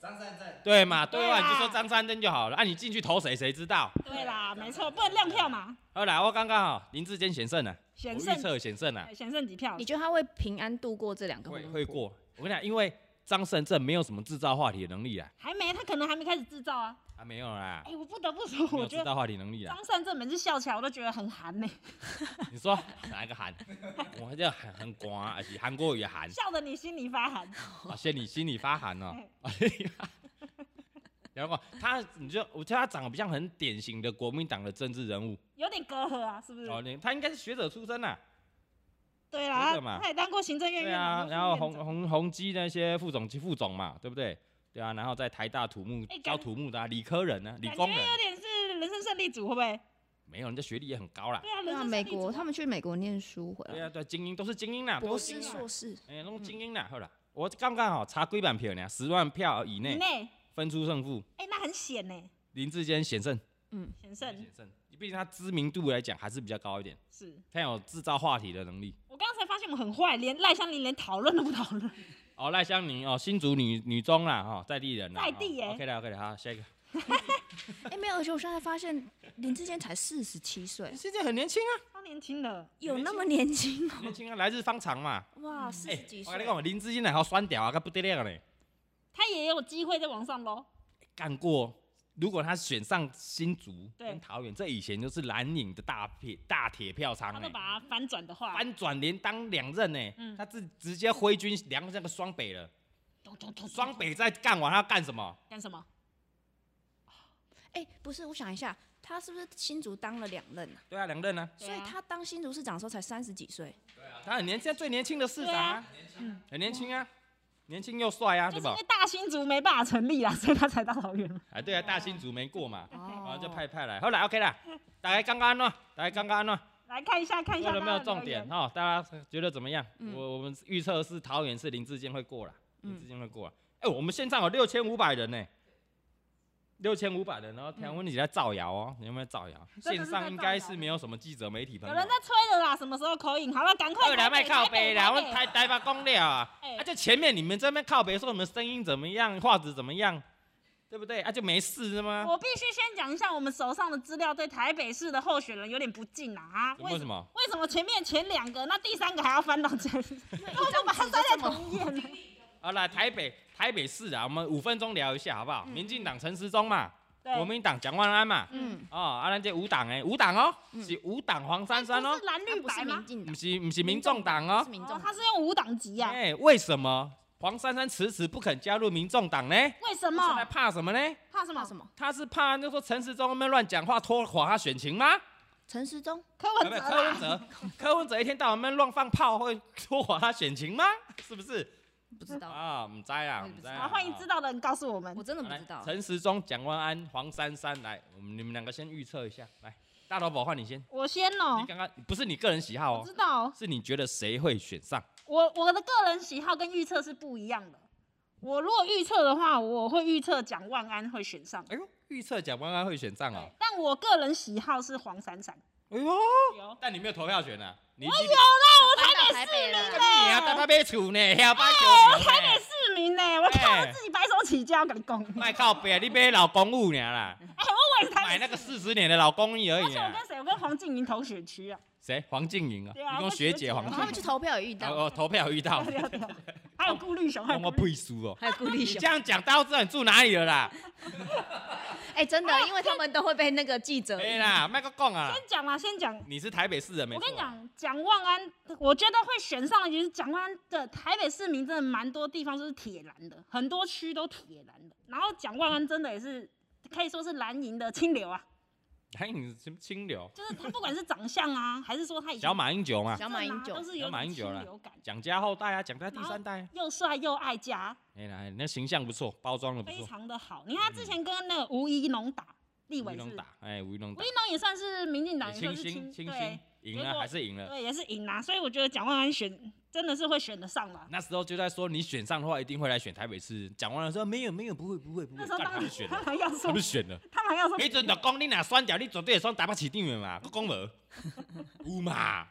张善政，对嘛，对对啊，啦你就说张三珍就好了。啊，你进去投谁，谁知道？对啦，没错，不能亮票嘛，后来我刚刚好，林志坚险胜了，我险预胜，测啊险胜了，对险胜几票你，觉得他会平安度过这两个会会会？过。我跟你讲，因为张胜正没有什么制造话题的能力啊，还没，他可能还没开始制造啊，啊没有啦哎，，我不得不说，没我有觉制得造话题能力啊啦。张善政每次笑起来我都觉得很寒呢， 你说哪一个韩？ 我叫韩韩国，还是韩国语的 韩？笑得你心里发寒，啊，先你心里发寒 哦，啊心里发寒然后他，你就我觉得他长得不像很典型的国民党的政治人物有点隔阂啊，是不是？哦，你他应该是学者出身呐、啊对真啦的嘛，他也当过行政院对院啊长，，然后又是院宏长宏宏基那些副总级副总嘛，对不对？对啊，然后在台大土木哎感教土木的、啊、理科人呢、理感觉工人，啊有点是人生胜利组，会不会？没有人家学历也很高啦。对啊，人对啊，生美胜利组国啊，他们去美国念书回对来，啊，对，精英都是精英啦，博都是士、精英啦硕士，哎，弄精英啦，好啦，我刚刚好查几万票呢，啊十万票以以内内，分出胜负，哎，那很险呢，林志坚险胜，险胜险胜，毕竟他知名度来讲还是比较高一点，是。他有制造话题的能力。我刚才发现我们很坏，连赖香林连讨论都不讨论。哦，赖香宁哦，新竹女女中啦，哈、哦，在地人啦，在地哦耶 OK 的，OK 的，好，下一个。哎，没有，而且我现在发现林志坚才四十七岁你，现在很年轻啊，超年轻的，有那么年轻？年轻啊，来日方长嘛。哇，四哎，十几我跟你岁，讲，林志坚还好酸屌啊，个不得了嘞！他也有机会在往上喽。干过，如果他选上新竹对跟桃园，这以前就是蓝营的大铁大铁票他仓都哎，把它翻转的话，翻转连当两任哎、嗯他自直接挥军凉那个双北了。咚咚咚双北在干完，他要干什么？干什么？哎，不是，我想一下，他是不是新竹当了两任啊？对啊，两任呢、对所以啊他当新竹市长的时候才三十几岁，他很年，现在最年轻的市长、啊，嗯很年轻啊，年轻又帅啊，就是对因吧为？大新竹没办法成立啊，所以他才到桃园嘛。哎，对啊，大新竹没过嘛，然后哦，啊就派派来，后来 OK 啦，大概刚刚安怎？大概刚刚安怎？来看一下，看一为下了大没家有的重留点言，哈、哦，大家觉得怎么样？嗯我我们预测是桃园是林志坚会过了，嗯林志坚会过啦。哎、我们现场有六千五百人呢、六千五百人，然后台湾你在造谣哦，你有没有造谣？嗯真线的是在上应该是造谣欸没有什么记者媒体朋有友。人在催了啦，什么时候口音？好了，赶快二两台麦北靠背啦，我台们北台台把公了啊！哎啊，就前面你们这边靠北说你们声音怎么样，画质怎么样，对不对？啊，就没事是吗？我必须先讲一下，我们手上的资料对台北市的候选人有点不敬啊啊！为什？么？为什么前面前两个，那第三个还要翻到这里？那一我就张把它纸就塞在这么同一页呢。好啦，台北台北市啊，我们五分钟聊一下好不好？民进党陈时中嘛，嗯对，国民党蒋万安嘛，嗯，哦，啊，咱这五党诶，五党哦，嗯是五党黄珊珊哎不哦是，蓝绿他啊不白是吗民？进不党，是不是民众党哦是。民哦众，他党，是用五党籍呀、哎，为什么黄珊珊迟迟不肯加入民众党呢？为她是什来么？怕什么呢？怕什么怕？什么？他是怕就说陈时中那边乱讲话拖垮他选情吗？陈时中，柯啊不文是哲柯啦文哲，柯文哲一天到晚那边乱放炮会拖垮他选情吗？是不是？不知道，啊，唔知啊，我唔也不知知道啊。好，欢迎知道的人告诉我们我。真的不来知道。陈时中、蒋万安、黄珊珊，来，我们你们两个先预测一下。来，大头宝换你先。我先哦你，刚刚不是你个人喜好我哦知，道，是你觉得谁会选上？我我的个人喜好跟预测是不一样的。我如果预测的话，我会预测蒋万安会选上，哎呦，预测蒋万安会选上哦。但我个人喜好是黄闪闪。哎呦，有但你没有投票权啊。你我有我台北台北了，你啊，大哎他被处呢，还要拜求我台北市民呢、我看我自己白手起家，我跟你讲，卖靠北，你买老公物呢啦，哎、我也是啊买台那北个市四十年的老公寓而而已且我啊。跟谁？我跟黄静莹同选区啊，谁？黄静莹对啊啊，你跟学姐黄我他静们去莹。投票也遇到， 哦，哦投票遇到，对啊对啊还有顾绿熊，还有让我顾绿背书 哦。还有顾立你雄这。样讲，大家都知道你住哪里了啦。哎，真的，因为他们都会被那个记者。哎啦，卖个讲啊，先讲啦，先讲。你是台北市人没我错啊跟你。讲，蒋万安，我觉得会选上的就是蒋万安的台北市民，真的蛮多地方都是铁蓝的，很多区都铁蓝的。然后蒋万安真的也是可以说是蓝营的清流啊，哎，你什么清流？就是他不管是长相啊，还是说他以前小马英九嘛，小马英九都是有小马点英九啦清流感，蒋家后代啊，蒋家第三代啊。又帅又爱家，哎啦，哎那形象不错，包装的不非错。常的好。你看他之前跟那个吴怡农打，立吴委一是不龙是，打，哎，吴一龙吴打一，龙也算是民进党，也清算是新呃清对新，赢结了果还是赢了。对，也是赢啦、所以我觉得蒋万安选真的是会选得上啦。 那时候就在说，你选上的话一定会来选台北市。讲完了说没有没有不会不会不那会，时候干当他就然选他 了，们要他说不，选了。他们要说，迄阵就讲你若选掉，你绝对会选台北市长的嘛，我讲无，有嘛？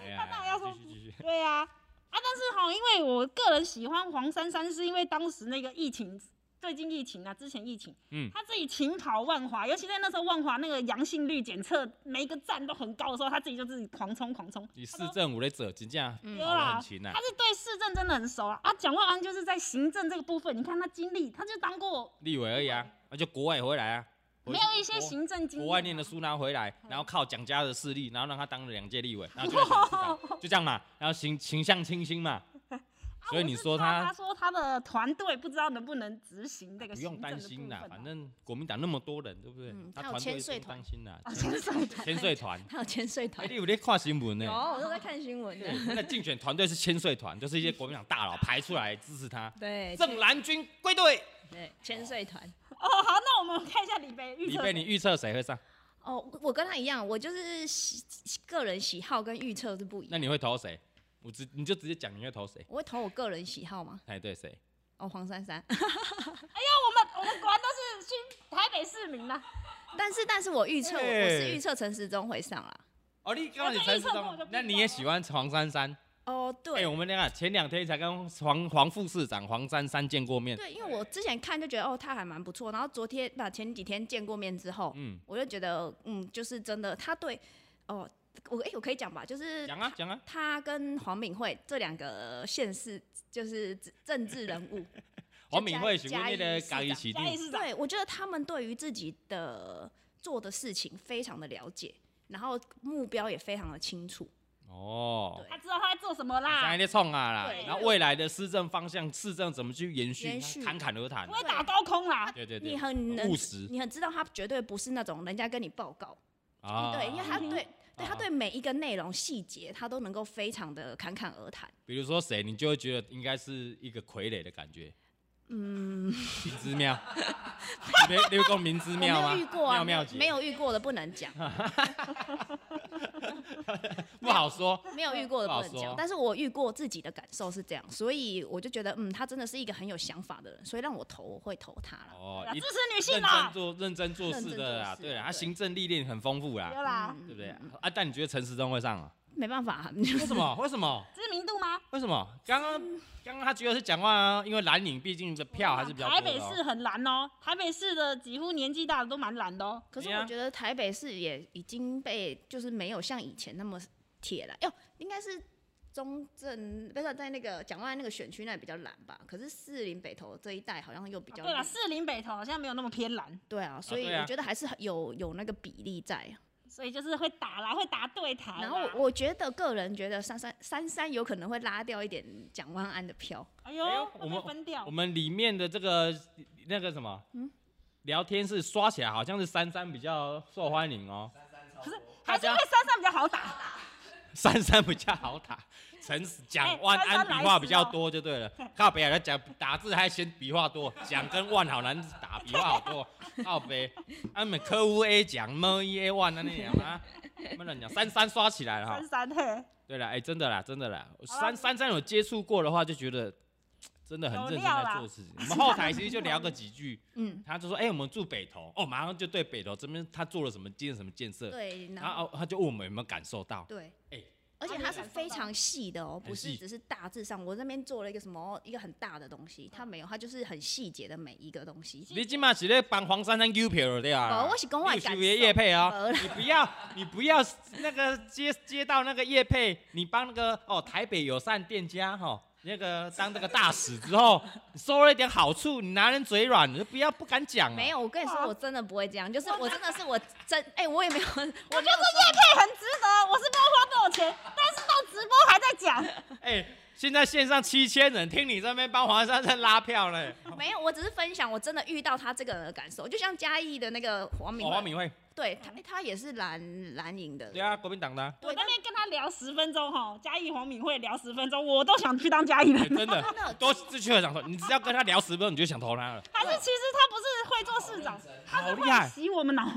哎呀那我要说继续继续，对啊，啊，但是哈，因为我个人喜欢黄珊珊，是因为当时那个疫情，最近疫情啊，之前疫情，嗯他自己勤跑万华，尤其在那时候万华那个阳性率检测每一个站都很高的时候，他自己就自己狂冲狂冲，你市政府咧做，真正跑嗯对得啦很。勤呐啊他。是对市政真的很熟啊！啊，蒋万安就是在行政这个部分，你看他经历，他就当过立委而已啊，那就国外回来啊，回没有一些国行政经啊国历。外念的书拿回来，然后靠蒋家的势力，然后让他当了两届立 委，然后就在选市长，就这样嘛，然后形形象清新嘛，啊所以我你是说怕他他说他的团队不知道能不能执行这个不行用政的担部心分啦啊，反正国民党那么多人，对不对嗯？他有团队千不岁用团担心 啦，啊，先生千岁团，还有潜水哎，团，你有在看新闻呢有，？我都在看新闻对的。，那竞选团队是千岁团，就是一些国民党大佬排出来支持 他。对，郑蓝军归队，对潜水团。哦，好，那我们看一下李贝预李测贝，你预测谁会上？哦，我跟他一样，我就是喜个人喜好跟预测是不一那样。你会投谁？我直你就直接讲你会投谁？我会投我个人喜好嘛？哎，对谁？哦，黄珊 珊。我们我们果然都是去台北市民啦，但是，但是我预测，我哎我是预测陈时中会上啦。哦，你刚刚你才知道我就预测过我就不知道，那你也喜欢黄珊珊？哦，哎、对我们那个前两天才跟黄黄副市长黄珊珊见过面。对，因为我之前看就觉得哦，他还蛮不错。然后昨天把前几天见过面之后，嗯，我就觉得嗯，就是真的，他对哦，我哎、我可以讲吧，就是讲啊讲啊，他跟黄敏惠这两个县市就是政治人 物，黄敏惠询问嘉那义个市嘉义长市嘉长，义市长对，我觉得他们对于自己的做的事情非常的了解，然后目标也非常的清楚。哦，他知道他在做什么在啦，那冲啊啦对，然后未来的施政方向，市政怎么去延续延，续侃侃而谈啊不。会打高空啦，对对你对，很能务实你很知道他绝对不是那种人家跟你报告，啊，嗯对，因为他对。对啊他对每一个内容细节，他都能够非常的侃侃而谈。比如说谁，你就会觉得应该是一个傀儡的感觉。嗯，林之妙， 你没你有讲林之我没妙吗？有遇过妙啊，没妙有姐没有遇过的不 能讲，不好说。没有遇过的不好不能说讲。但是我遇过自己的感受是这样，所以我就觉得，嗯，他真的是一个很有想法的人，所以让我投，我会投他了。哦啊，一支持女性认真啦，做认真做事的啦，认真做事对啦，啊对他行政历练很丰富对啦，啦，对嗯不对？啊，但你觉得陈时中会上啊？没办法，为什么？为什么？知名度吗？为什么？刚刚刚刚他觉得是讲话啊，因为蓝领毕竟的票还是比较台多北的市哦。很蓝哦，台北市的几乎年纪大的都蛮蓝的哦。可是对啊我觉得台北市也已经被就是没有像以前那么铁了，哟，应该是中正不是在那个蒋万安那个选区那里比较蓝吧？可是士林北投这一带好像又比啊较、对了，士林北投好像没有那么偏蓝，对啊，所以对啊我觉得还是很有有那个比例在。所以就是会打啦，会打对台啦。然后我我觉得个人觉得三三三三有可能会拉掉一点蒋万安的票，哎呦哎呦，会我不们会分掉我。们里面的这个那个什么，聊天室刷起来好像是珊珊比较受欢迎哦，三三超多，还是因为山上比较好打， 珊珊比较好打，陈讲万珊安珊来笔画比较时哦多就对了。 靠北啊，他讲打字还嫌笔画多，讲跟万好难打，笔画好多。 靠北，他们科乌 A 讲么一 A 万那那样啊，不能讲三三刷起来了哈山。山嘿，对了，哎、真的啦，真的啦，好啦三三三有接触过的话，就觉得嘖真的很认真在做事情。我们后台其实就聊个几句，嗯，他就说，哎、我们住北投，哦，马上就对北投这边他做了什么建什么建设，对，啊然然后后哦他就问我们有没有感受到，对，哎而且它他没是感受非到常细的哦，不很是细只是大致上。我那边做了一个什么一个很大的东西，它没有，它就是很细节的每一个东西。你今嘛是在帮黄珊珊 Q 票了对啊？哦我是讲我的感受你有收业配哦、没啦你不要，你不要那个接接到那个业配，你帮那个哦台北友善店家哈、哦那个当这个大使之后，你收了一点好处，你拿人嘴软，你就不要不敢讲、啊。没有，我跟你说，哇我真的不会这样，就是我真的是我真哎、我也没有， 我我没觉得有这叶配很值得，我是不知道花多少钱，但是到直播还在讲，哎、现在线上七千人听你这边帮黄珊珊拉票呢。没有，我只是分享我真的遇到他这个人的感受，就像嘉义的那个黄敏哦，惠，黄敏惠，对他他也是蓝蓝营的，对啊，国民党的啊、我对那边跟他聊十分钟哈，嘉义黄敏慧聊十分钟，我都想去当嘉义哎人。真的真的都是去了想投，你只要跟他聊十分钟，你就想投他了。还是其实他不是会做市长好认真，他是好厉害会洗我们 脑。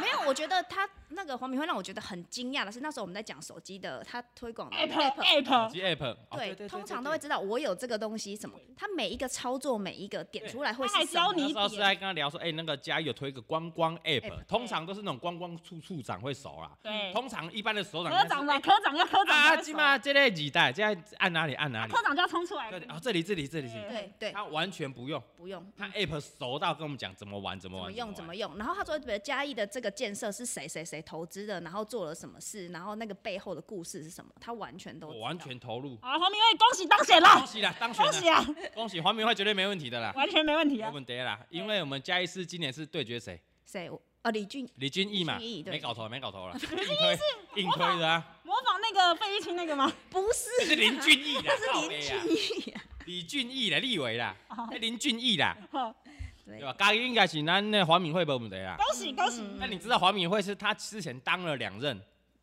没有，我觉得他那个黄敏慧让我觉得很惊讶的是，那时候我们在讲手机的，他推广的 App App，及 app，哦对，通常都会知道我有这个东西什么，他每一个操作每一个点出来会他还是什教么。那你时候是在跟点，他聊说，哎、那个嘉义有推一个观光 app， App，通常都是那种观光处处长会熟啦。对，通常一般的首长科长应该的是科长要科哎长啊，要起手码这类几代，现在按哪里按哪里科，长就要冲出来对，跟你啊这里这里这里这里，对对，他完全不用，不用他 app 熟到跟我们讲怎么玩怎怎么么玩用玩怎么用。然后他说，比如嘉义的这个建设是谁谁谁投资的，然后做了什么事，然后那个背后的故事是什么，他完全都我知完道哦全投 入。好，黄明慧，恭喜当选了恭，喜啦，当选 恭啦喜啊，恭喜黄明慧绝对没问题的啦，完全没问题我啊。们得啦，因为我们嘉义市今年是对决谁？谁我啊李俊李俊毅嘛，李俊毅对没搞头，没搞 头了，硬推硬推的啊，模仿那个费玉清那个吗？不这是是林俊毅啦，是靠林北啊俊逸啊，李俊毅啦，立委啦，哎林俊毅啦，哦对对吧？嘉义应该是咱那黄敏慧没问题啦。恭喜恭喜，那你知道黄敏慧是他之前当了两 任，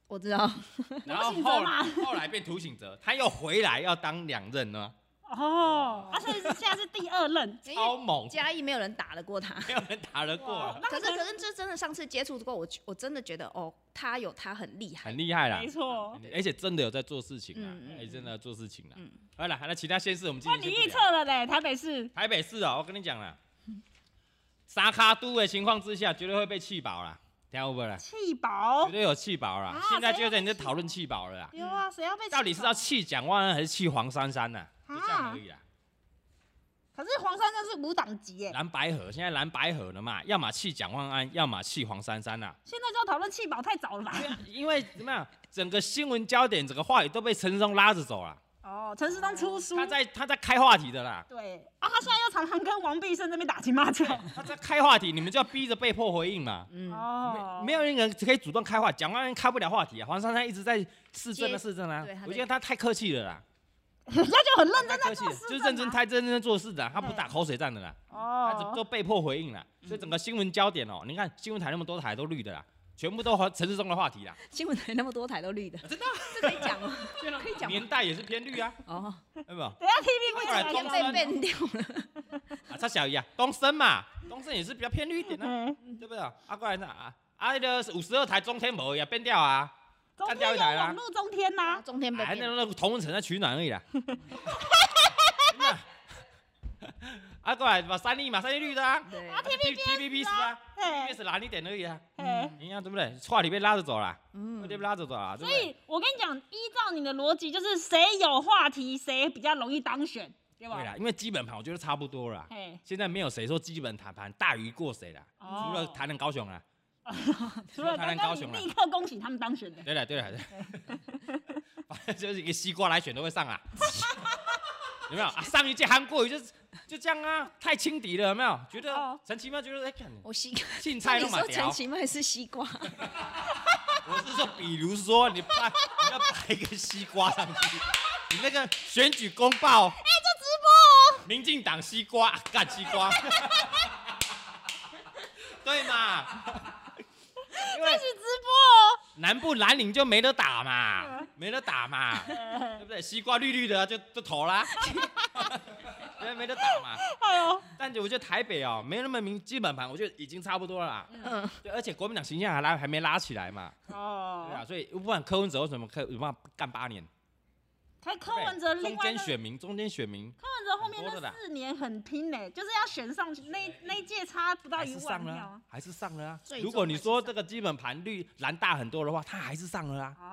我知啊道，然后涂醒后哲嘛 后来变涂醒哲，他又回来要当两任啊呢，哦，啊，所以是现在是第二任，因超为猛，嘉义没有人打得过他。没有人打得过啊，哦那可是可能可是这真的上次接触过，我觉我真的觉得哦，他有他很厉害很，厉害啦没，错。而且真的有在做事情啊嗯，嗯哎，真的有做事情啊嗯。好了，那其他县市我们今哇，天你先预不测嗯聊了嘞，台北市台北市啊，我跟你讲啦，沙卡都的情况之下，绝对会被气饱啦，听有不啦？气饱绝，对有气饱啦哦啊，现在谁就要在你在气讨论气饱了啦。有啊，谁要被气到底是饱要气蒋万安还是气黄珊珊呢、就这样啊而已啦。可是黄珊珊是无党籍耶，蓝白河现在蓝白河了嘛，要么气蒋万安，要么气黄珊珊啦、现在就要讨论弃保太早了吧？因为怎么样，整个新闻焦点、整个话语都被陈时中拉着走了。哦，陈世忠出书，他在他在开话题的啦，对啊，他现在又常常跟王必胜那边打情骂俏。他在开话题，你们就要逼着被迫回应嘛。嗯，哦，没有一个人可以主动开话，蒋万安开不了话题啊。黄珊珊一直在市政的接市政啊对他，在我觉得他太客气了啦，人家就很认太真客在气做了事，，就是认真，太认真做事的啊，他不对打口水战的啦。他只哦，都被迫回应了，所以整个新闻焦点哦，你看新闻台那么多台都绿的啦，全部都和陈世忠的话题啦，新闻台那么多台都绿的，啊真的， 这可以讲吗？可以讲年吗？代也是偏绿啊，哦，有没有？等一下 TV 会后来进中天来的山被 ban 掉了，啊，差小一啊，东升嘛，东升也是比较偏绿一点啊，嗯，对不对？啊，过来那啊，啊那个五十二台中天无也变掉啊，中干掉一天有台啦网络中天呐，中天被哎，那 ban，那个同文层在取暖而已啦， 真的啊。啊，过来嘛，三立嘛，三立绿的啊对， ，T T V B 是啊，B 哎是蓝一点而已啊，哎，你看对不对？话里被拉着走了，话嗯里被，拉着走了，对所不对？以我跟你讲，依照你的逻辑，就是谁有话题，谁比较容易当选，对对吧？啦，因为基本盘我觉得差不多了啦。哎，现在没有谁说基本谈判大于过谁啦，哦除了台南高雄啦。除了台南高刚刚你雄啦立刻恭喜他们当选的，对了对了对了，反正就是一个西瓜来选都会上啊， 有没有啊？上一届韩国瑜就是就这样啊，太轻敌了，有没有？觉得哦陈其妙觉得哎，看我西，青菜那都 你马说屌陈，其迈是西瓜， 我是说，比如说你拍你要拍一个西瓜上去，你那个选举公报，哎，这直播哦，民进党西瓜啊干西瓜， 对嘛？因为这是直播南部蓝领就没得打嘛嗯，没得打嘛，哦对哎，不对？西瓜绿绿的就就投 啦，对，没得打嘛。哎呦，但我觉得台北哦，没那么明基本盘，我觉得已经差不多了啦。嗯，对，而且国民党形象还拉还没拉起来嘛，对哦啊，，所以不然柯文哲为什么柯有办法干八年？他柯文哲对另中外间那选民，中间选民柯文哲后面很多的那啦四年很拼呢、就是要选上去，那那一届差不到还一是万上了票啊啊。，还是上了啊最。终如果你说还是上这个基本盘绿蓝大很多的话，他还是上了啊，哦，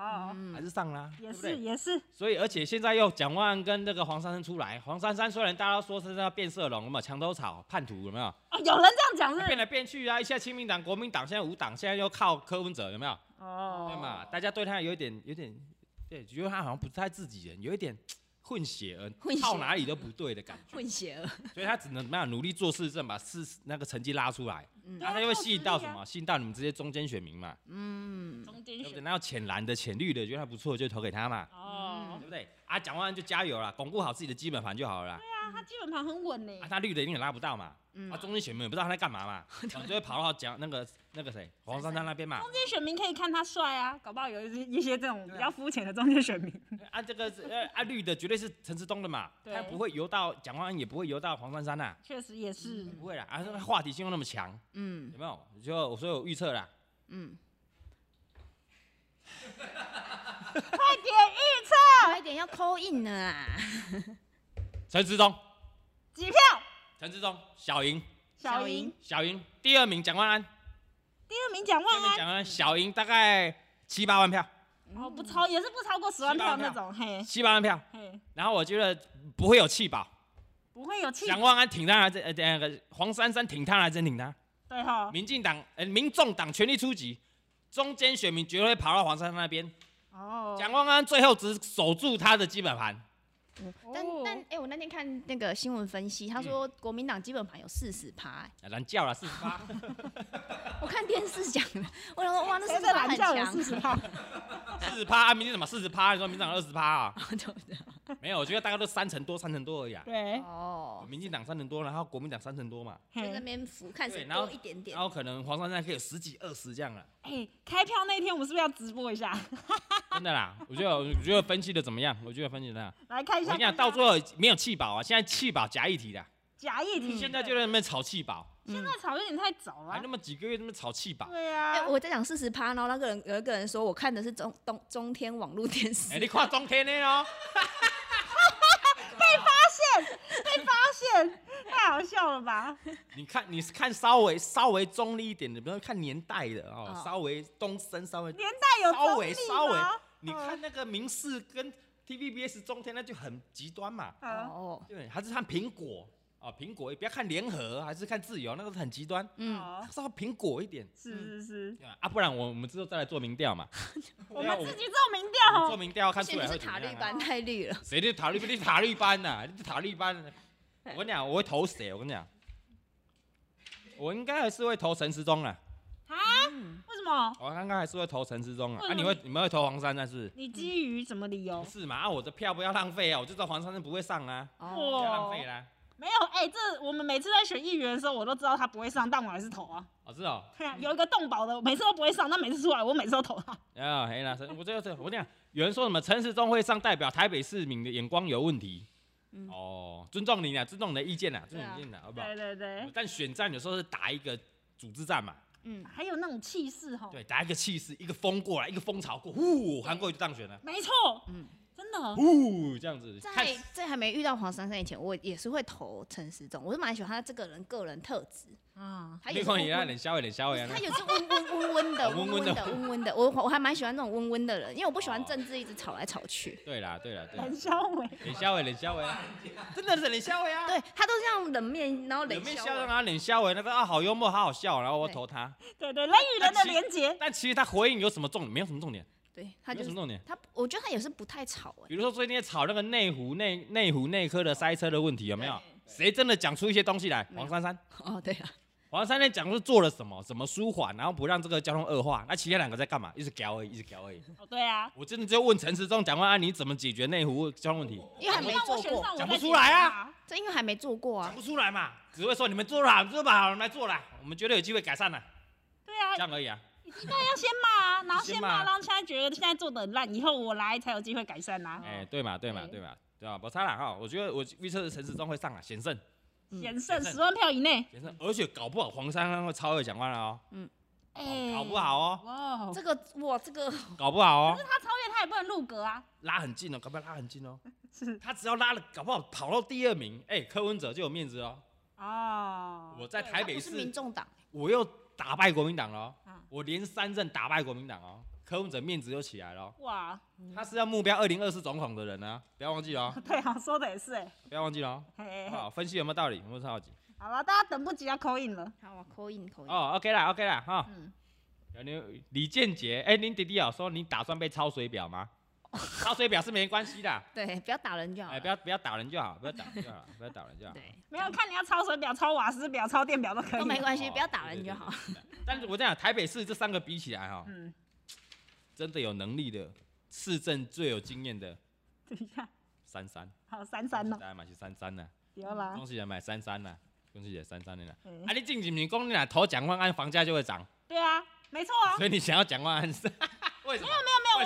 还嗯，是上了啊，对也不对是？也是，所以，而且现在又蒋万安跟那个黄珊珊出来，黄珊珊虽然大家都说是要变色龙，有没有墙头草、叛徒，有没有？哦，有人这样讲变是来变去啊，一下亲民党、国民党，现在无党，现在又靠柯文哲，有没有？哦，对嘛？大家对他有一点、有点，对，觉得他好像不太自己人，有一点 混血儿混，血到哪里都不对的感觉，混血儿，所以他只能怎么样努力做市政，把市那个成绩拉出来，嗯对啊，啊他就会吸引到什靠实力么？吸引到你们这些中间选民嘛，嗯，中间对不对？选那要浅蓝的、浅绿的，觉得他不错就投给他嘛，哦对，不对？啊，蒋万安就加油啦，巩固好自己的基本盘就好了啦。啊，他基本盘很稳呢、啊，他绿的一定也拉不到嘛，嗯啊，中间选民也不知道他在干嘛嘛，啊就会跑到蒋那个那个谁黄珊珊那边嘛。中间选民可以看他帅啊，搞不好有一些一些这种对啊比较肤浅的中间选民。 啊，这个是呃啊绿的绝对是陈志东的嘛，对他不会游到蒋万安，也不会游到黄珊珊呐，确实也是，不会啦。啊，这个话题性又那么强，嗯有没有？就我所以我预测啦，嗯，快点预测快点要扣印了啦，陈志东，几票，陈志东小赢，小小赢赢小赢，第二名蒋万安，第二名蒋第万二名安，蒋万安小赢大概七八万票，哦不超也是不超过十万十万票票那种，嘿七八万票，嘿，然后我觉得不会有弃保，不会有气，蒋万安挺他还真呃那个黄珊珊挺他还真挺他，对哈，民进党呃民众党全力出击，中间选民绝对会跑到黄珊珊那边，哦，蒋万安最后只守住他的基本盘。但哦但哎、我那天看那个新闻分析，他嗯说国民党基本盘有四十趴，啊，欸难叫了，四十八。我看电视讲的， 我想说哇，那谁四在十趴蓝很教有强，啊四十票，四十趴，啊民进党四十趴，你说民进党二十趴啊？ 对不对？没有，我觉得大概都三成多，三成多而已啊。对，哦，民进党三成多，然后国民党三成多嘛，就在那嘿，边扶，看谁对然后多一点点然。后可能黄珊珊可以有十几、二十这样了，哎，开票那天我们是不是要直播一下？ 真的啦。我觉得，我觉得分析的怎么样？我觉得分析的怎么样？来看一我下跟大你讲，家，到最后没有弃保啊，现在弃保假议题的，假议题，现在就对在那边炒弃保，现在炒有点太早还了那，么几个月那么炒弃保。对哎、啊，我在讲四十趴，然后那个人有一个人说，我看的是中东中天网络电视，哎，你看中天的哦，发现太好笑了吧？你看你是看稍微稍微中立一点的，比如说看年代的哦哦，稍微东升稍微年代有稍中微立稍微吗，你看那个明视跟 TVBS 中天，那就很极端嘛，啊，哦，对，还是看苹果啊，苹果也不要看联合，还是看自由，那个很极端，嗯，好稍微苹果一点是是是，对啊，啊不然我我们之后再来做民调 嘛，我对啊们我自们己做民调我们做哦，民调看现出来在是会怎么塔绿样啊？班太绿了，谁就塔绿你塔绿班呐，你塔绿班，啊我跟你讲，我会投谁？我跟你讲，我应该还是会投陈时中啊，啊？嗯，为什么？我哦刚刚还是会投陈时中啊，啊为什么你会你们会投黄珊珊是不是？你基于什么理由不？是嘛？啊我的票不要浪费啊，我就知道黄珊珊不会上啊。哦，不要浪费啦。没有，哎、这我们每次在选议员的时候，我都知道他不会上，但我还是投啊。哦，是哦，对啊，有一个动保的，每次都不会上，但每次出来我每次都投他。啊，黑啦，我这这，我讲有人说什么陈时中会上代表台北市民的眼光有问题，嗯哦，尊重你啊，尊重你的意见啊，尊重你的意见啊，好不好？对对对，但选战有时候是打一个组织战嘛，嗯，还有那种气势哦哈。对，打一个气势，一个风过来，一个风潮过，呼，韩国瑜就当选了，没错，嗯真的。呼，这样子，看在在还没遇到黄珊珊以前，我也是会投陈时中，我是蛮喜欢他这个人个人特质，啊，他没有时候关系啊，温脸笑一脸笑一他脸，有时候温温温温 的，哦温温温温的的，温温的，我我还蛮喜欢那种温温的人，因为我不喜欢哦政治一直吵来吵去。对啦对啦对啦冷，肖 伟，脸笑一脸笑一脸，真的是脸笑一啊，对他都这样冷面，然后冷脸面笑笑我然后脸笑一，那个啊好幽默，好好笑，然后我对投他。对对，人与人的连结，但其实他回应有什么重点？没有什么重点，对他没有什就么是重点。他，我觉得他也是不太吵哎、 比如说最近在吵那个内湖内内湖内科的塞车的问题，有没有？谁真的讲出一些东西来？没有黄珊珊，哦，对啊，黄珊珊讲出做了什么，怎么舒缓，然后不让这个交通恶化。那其他两个在干嘛？一直屌而已，一直屌而已。哦对啊，我真的就问陈时中、蒋万安，你怎么解决内湖交通问题？因为还没让我做选过，上我讲不再出选来啊他。这因为还没做过讲啊。不出来嘛，只会说你们做啦，你们做吧，我们来做啦，我们绝对有机会改善的，对啊这，样而已啊。要先骂啊，然后先先骂骂，然后现在觉得现在做的很烂，以后我来才有机会改善呐、啊。哎，对嘛，对嘛，对对嘛，对吧？不差啦哈，我觉得我预测陈时中会上啊，险胜，嗯险胜险胜十万票以内，险胜，而且搞不好黄珊珊会超越蒋万安哦，哎，搞不好哦。哇，这个哇，这个搞不好哦，他超越他也不能入阁啊，拉很近哦，搞不好拉很近哦。是他只要拉了，搞不好跑到第二名，哎、柯文哲就有面子哦。哦，我在对台他北不是民市，众党，欸我又打败国民党了哦、嗯我连三任打败国民党哦，柯文哲面子就起来了哦、哇，他是要目标二零二四总统的人啊，不要忘记了哦，对啊，说的也是哎、不要忘记了哦。嘿嘿嘿，好，分析有没有道理？有没有超级？好了，大家等不及要口音了，好啊，call in call in，、哦，OK 啦，OK 啦，哈、嗯，你李建杰，哎、您弟弟有说你打算被抄水表 吗？抄水表是没关系的，对，不要打人就好哎、了。不要不要打人就好，不要打人就好，不要打人就好。对，没有看你要抄水表、抄瓦斯表、抄电表都可以，都没关系，哦不要打人就好。。对对对对对 但是我这样，台北市这三个比起来哈、嗯，真的有能力的市政最有经验的，等一下，三三，好三三大哦，啊家嘛是三嗯三呐，有啦恭，喜人买三三呐，恭喜也三三的啦。嗯啊，你进不是讲你若投蒋万安，房价就会涨，对啊，没错啊，所以你想要蒋万安是？ 为什么？没有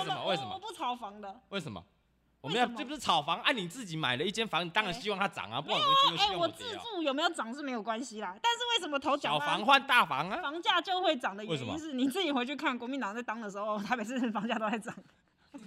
为什没有，么？我为们什我我么？不炒房的，为什么？我为们要什么这不是炒房，啊按、你自己买了一间房，你当然哎希望它涨啊，不然我就哎、希望我跌自啊。住有没有涨是没有关系啦，但是为什么投小蒋万房安换大房啊，房价就会涨的为原什么因是你自己回去看国民党在当的时候， 台北市房价都 在涨，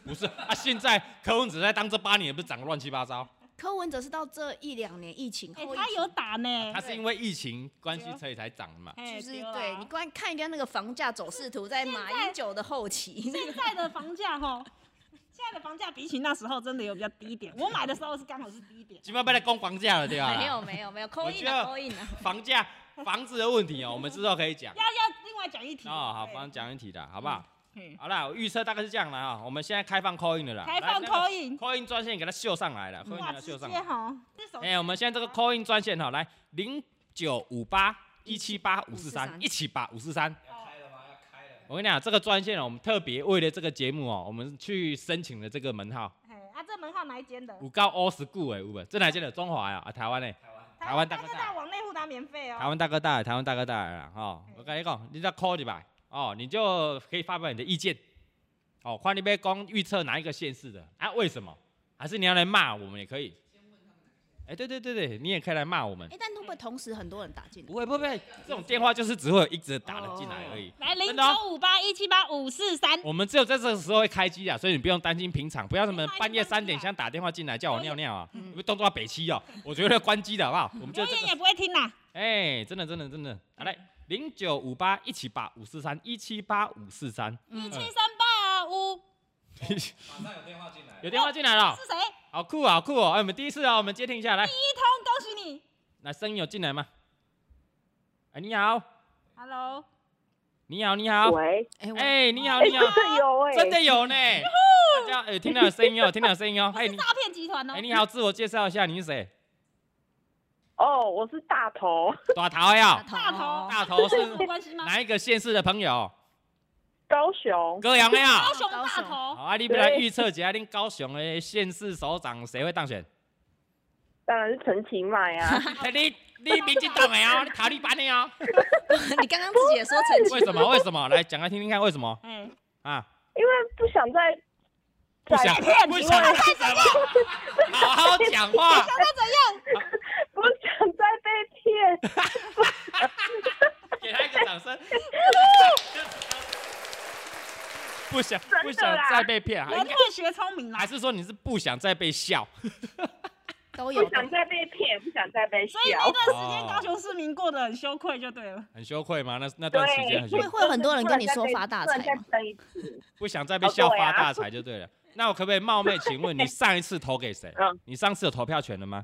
不是啊？现在柯文哲在当这八年，也不是涨得乱七八糟？柯文哲是到这一两年疫情哎、后，他有打呢，他是因为疫情关系对啊所以才涨的嘛。哎就是啦对你光看一下那个房价走势图，在马英九的后期，现在的房价吼， 现在的房价比起那时候真的有比较低一点。我买的时候是刚好是低一点，基本上被他供房价了，对吧？没有没有没有扣我印觉得啊扣印啊，房价、房子的问题哦，我们之后可以 讲要。要另外讲一题哦，好，对帮讲一题的好不好？嗯好啦，我预测大概是这样啦啊，我们现在开放 call in 的啦，开放 call 嗯 in， call in 专线给它秀上来了，call in 哇，给它秀直上接来。吼，这手哎、我们现在这个 call in 专线哈，来零九五八一七八五四三543一起八五四三。要开了吗？要开了。我跟你讲，这个专线哦，我们特别为了这个节目哦，我们去申请了这个门号，哎，啊，这门号哪一间的？五高 all school 哎，五本，这哪间的？中华呀，啊，台湾嘞，台湾。台湾大哥哥大大往内互打免费台哦。湾大哥大，台湾大哥大啦，哦，嗯我跟你讲，你再 call 一百，哦，你就可以发表你的意见，哦，看你要讲预测哪一个县市的啊？为什么？还是你要来骂我们也可以？哎、对对对对，你也可以来骂我们哎，，但会不会同时很多人打进不来？会不会，这种电话就是只会有一直打的进来而已。来零真的哦九五八一七八五四三，我们只有在这个时候会开机啊，所以你不用担心平常，不要什么平常半夜已经关三机点了想打电话进来叫我尿尿啊，嗯你们动作要北七哦，我觉得关机的好不好？我们就留这个言也不会听啦。哎、真的真的真的，好嘞，零九五八一七八五四三一七八五四三，一嗯七三八五马上有电话进来了。有电话进来了，是谁？一好酷好酷哦！哎、我们第一次哦，我们接听一下来，通，恭喜你。那声音有进来吗？哎、你好， Hello，你好，你好，喂，哎我哎、你好，哎、啊你真好，的 有哎、真的有 呢，大家哎、听到有声音 哦，听到有声音哦，不哎、是你诈骗集团哦哎、。你好，自我介绍一下，你是谁？哦，我是大头，大头呀，大头大头是有 什么关系吗？哪一个县市的朋友？高雄， 高雄的呀高。雄大头好，啊，你不来预测一下，恁高雄的县市首长谁会当选？当然是陈其迈 啊，哎你你民进党的 哦，你塔利班的哦， 你刚刚自己也说成绩为，什么？为什么？来讲来听听看，为什么哎，啊？因为不想再不想再骗不因想为是 什么？好好讲 话，不想再被骗，给他一个掌 声。不想不想再被骗，还人会学聪明啦还。是说你是不想再被笑？都有不想再被骗，不想再被笑所。以那段时哦间高雄市民过得很羞愧，就对了。很羞愧吗？那那段时间很羞会，会有很多人跟你说发大财啊不能再吗？骗一次，不想 再被笑发大财就对了。那我可不可以冒昧请问，你上一次投给谁嗯？你上次有投票权 了吗？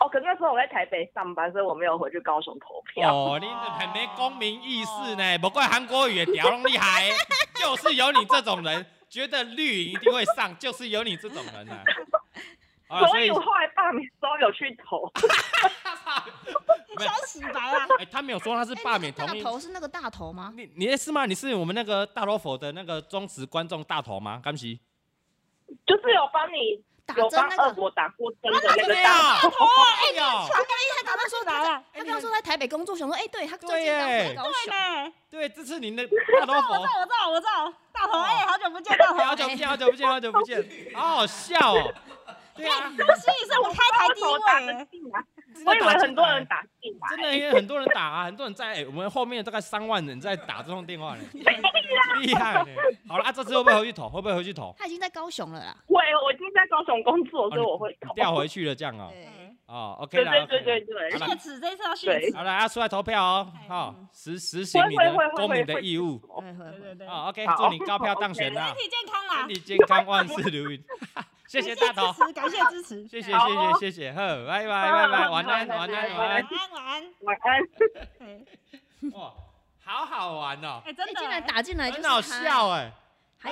哦，可是那时候我在台北上班，所以我没有回去高雄投票。哦，你很没公民意识呢，不怪韩国语也屌厉害，就是有你这种人，觉得绿营一定会上，就是有你这种人啊。啊好啦所以我后来罢免之后有去投，哎没有想洗 白啦，哎，他没有说他是罢免同大意。头是那个大头吗？你你是吗？你是我们那个大罗佛的那个忠实观众大头吗？甘喜，就是有帮你打有针帮俄那个，呃啊国打过针的那个对大呀，哎呦，他刚刚说答了，他刚刚说在台北工作，想说哎，对他最对近刚耶回高对雄，呢。对，啊这是您的大罗我佛 知。道，我知道，我知道，大头，哎，好久不见，大头。哦好久不见，好久不见，好久不见，好好笑哦。对啊，哎哎所以是我们开台第一头打得欸位，进来，真的我以为很多打进来人打进来，真的，因为很多人打啊，很多人在、哎我们后面大概三万人在打这通 电话呢，啊厉害呢。好了，啊，这次会不会回去投？会不会回去投？他已经在高雄了啦。会，我已经在高雄工作，所以我会哦你投。调回去了，这样哦、对，哦，OK 对啦对，OK 对啦，对对，好血池这次要血池，好了，啊，出来投票哦，好、实实行会你哎会的会会公民会的义务。会会对对会。对，哦，OK，好祝你高票当选啦身，体健康啦身，体健康，万事如意。谢谢大头，感谢支持，谢谢好谢谢谢谢，呵，拜拜拜拜，晚安晚安晚晚安。安晚安，晚安。哎哇，好好玩哦，哎，哎真的，竟然打进来就是很他好笑哎、哎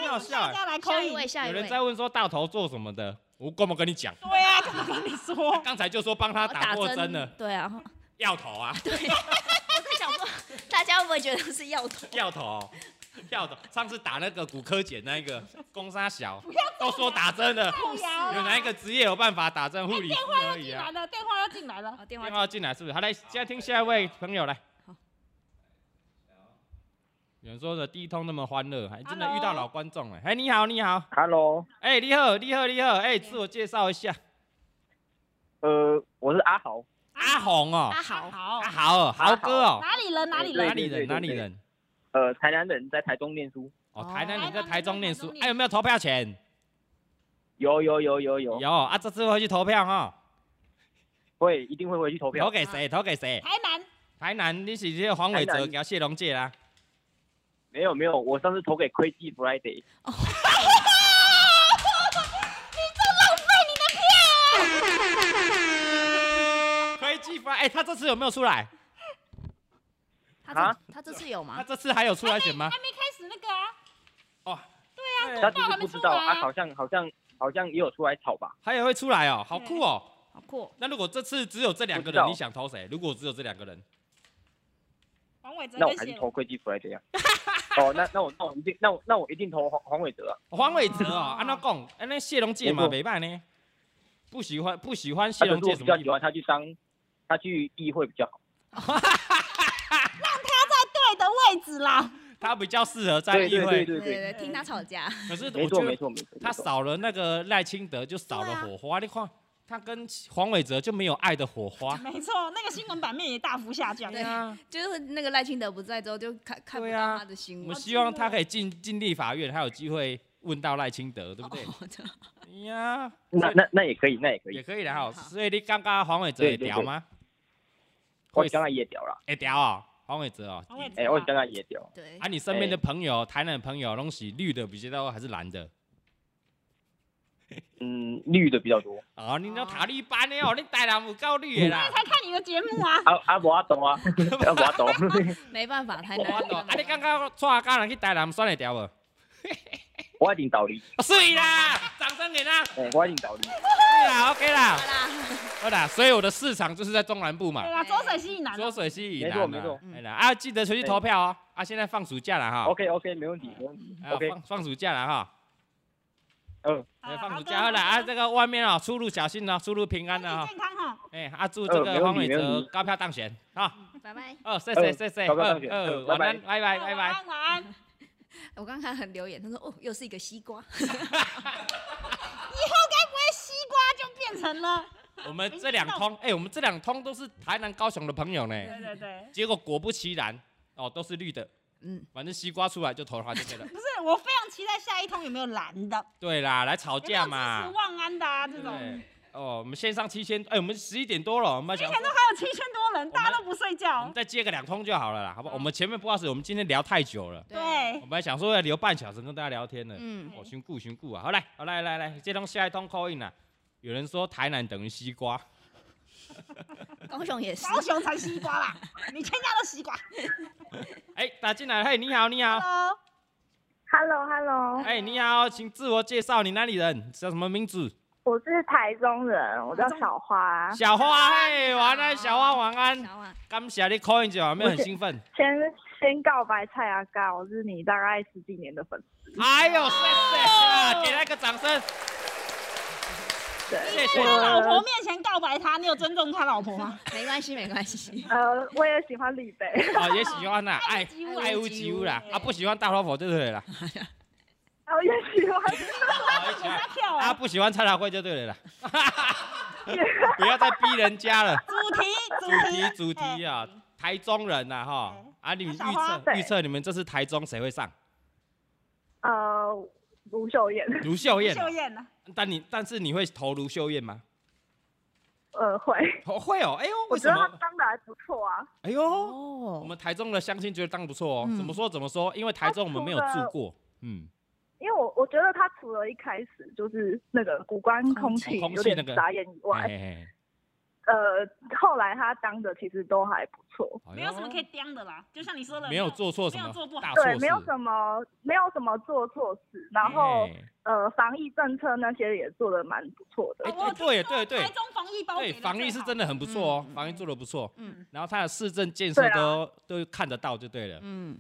很好笑大哎、家来扣下一一位，，下有一人位，在问说大头做什么的，我干嘛跟你讲？对啊，干嘛跟你说？刚才就说帮他我打过针了，哦对 啊，要头啊， 对，我在想说，大家会不会觉得是药头？要头。跳蚤，上次打那个骨科检那一个攻杀小，都说打针的，造啊谣啦有哪一个职业有办法打针？护理师而已进啊来。了，电话要进来了。好，哦电话电话进来是不是？好，来，现在听下一位朋友来好。有人说的第一通那么欢乐，还真的 Hello 遇到老观众哎！哎，你好，你好， Hello，哎，你好，你好，你好，哎，自我介绍一下，呃，我是阿豪，阿红哦，阿豪，好阿，豪哦，豪哥哦，哪里人？哪里对哪人？里人？对对哪里人？呃，台南人，在台中念书。哦，哦台南你在台中念台书南，人哎，有没有投票权？有有有有有，有啊，这次会去投票哈，会一定会回去投投票。给谁？投给谁？台南台南你是这个黄伟台哲南跟谢龙介啦，没有没有，我上次投给 Crazy Friday，推计发哎，他这次有没有出来？他啊这他这次有他吗？这次还有出来选吗哦还？没开始那个啊，对他只是不知道报还没出来啊啊，好像好像好像也有出来炒吧？他也会出来哦，好酷哦。好酷哦，那如果这次只有这两个不知道人，你想投谁？如果只有这两个人，王伟哲那我跟还是谢投 Crazy Friday 啊。哦，那那我那我一定那我那我一定投黄黄伟哲啊。黄伟哲哦哦，按照讲，哎，那谢龙介嘛，没错没办呢，不喜欢不喜欢谢他可龙啊是我介比什较么喜欢他去当他去议会比较好。对的位置啦。他比较适合在对议对对会，对对对，对，听他吵架，可是没我错觉没得错没错。他没错少了那个赖清德，就少对了啊火花。你看他跟黄伟哲就没有爱的火 花。没错，那个新闻版面也大幅下降。对啊，就是那个赖清德不在之后，就看看不对到啊他的新我闻们。希望他可以进进立法院，还有机会问到赖清德，对不对？哦这样 哎呀，那所以那那也可以，那也可也以。可以的哈。好所以你刚刚黄伟哲也对对屌对吗？我刚刚也屌了，会屌哦，黄伟哲哦，王伟哲哎，我刚刚也屌。对啊，，你身边的朋友，台南的朋友，拢是绿的比较多还是蓝的？嗯，绿的比较多。哦，你那塔利班的哦，你台南有够绿的 啦。才看你的节目 啊，啊啊，我懂啊， 啊我懂。没办法，台我南懂啊，你刚刚带家人去台南选会掉无？啊我一定倒立，水啦，掌声给 他。哎，我一定倒立。对啦，OK 啦好，啦，好啦，所以我的市场就是在中南部嘛对，哎啦，周水西以南啊浊，水溪以没南错啊。没错哎啦，啊，记得回去投票哦。啊，现在放暑假了哈。 OK OK，没问题，没问题。啊 OK 放放暑假了哈。嗯，哎放暑好的假好了好啊，的这个外面哦，出入小心哦，出入平安身了哈体。健康哈，哎，啊，祝这嗯个没问题黄伟没问哲题高票当选啊。拜拜。哦，谢谢呃谢谢，高高呃上学呃，呃晚拜安，拜拜拜晚拜。嗯安晚安， 我刚看很留言，他说哦，又是一个西瓜，以后该不会西瓜就变成了？我们这两通，哎，我们这两通都是台南、高雄的朋友呢。对对对，结果果不其然，哦，都是绿的，嗯，反正西瓜出来就投他就对了。不是，我非常期待下一通有没有蓝的，对啦，来吵有没有架支持嘛。万安的啊？这对种，哦，我们线上七千，哎，我们十一点多了，我们之想前说都还有七千多人，大家都不睡我觉们，再接个两通就好了啦，好不好？我们前面不知道是我们今天聊太久了，对我。们还想说要留半小时跟大家聊天呢。嗯，哦，寻顾寻顾啊，好来，好来来来，这通下一通 call in 啊，有人说台南等于西瓜。高雄也是，高雄才西瓜啦，你全家都西瓜。哎、打进来，嘿，你好，你好， Hello， Hello Hello，哎、你好，请自我介绍，你哪里人，叫什么名字？我是台中人，我叫小花。啊小花，嘿，晚安，小花，晚安，小婉，感谢你 call in 有没有很兴奋？先先告白蔡阿嘎，我是你大概十几年的粉丝。哎呦，谢谢啊，给他一个掌声，对，谢在谢。他老婆面前告白他，你有尊重他老婆吗？没关系没关 系，呃，我也喜欢李贝。 哦，也喜欢啦， 爱几乎爱屋及乌哎啦，啊，不喜欢大老婆就对了啦，我也喜欢，哦也喜欢他 跳啊，啊！不喜欢蔡老会就 对了啦，不要再逼人家了。主题主主题题主题啊，台中人呐、哈哎，啊，你们预小花测对预测你们这次台中谁会上？呃，卢秀燕，卢秀燕啊、秀艳呢？但你但是你会投卢秀燕吗？呃，会，哦，会哦，哎呦，我为觉什得她么？当的还不错啊。哎呦，我哦，们台中的相亲觉得当不错哦。哎嗯怎么说怎么说？因为台中我们没有住过，嗯，因为我我觉得她除了一开始就是那个古关空气空气有点那个傻眼以外，嘿嘿呃，后来她当的其实都还不错。嘿没有什么可以刁的啦，就像你说的，哎没有做错什没么有做不好大错对事，，没有什么，没有什么做错事，然后嗯嘿呃，防疫政策那些也做的蛮不错的哎、。我对对对对台中防疫包对防疫是真的，的很不错哦，嗯防疫做的不错，嗯然后它的市政建设对啊都、都看得到就对了，嗯，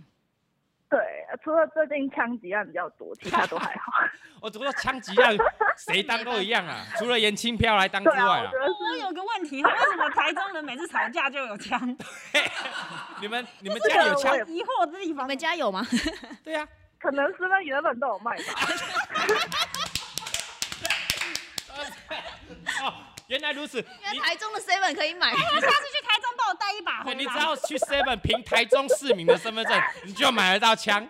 对，除了最近枪击案比较多，其他都还好。 我只不过枪 击案谁当都一样啊，除了严清票来当之对外啊，我啊觉，得我有个问题，为什么台中人每次吵架就有枪？啊你们你们这家里有个枪我？也疑惑的地你方们。家有吗？对啊，可能是那原本都有卖吧。哦，原来如此，因为你台中的 seven 可以 买。他下次去台中帮我带一把回对，来。你只要去 Seven 凭台中市民的身份 证，你就买得到枪。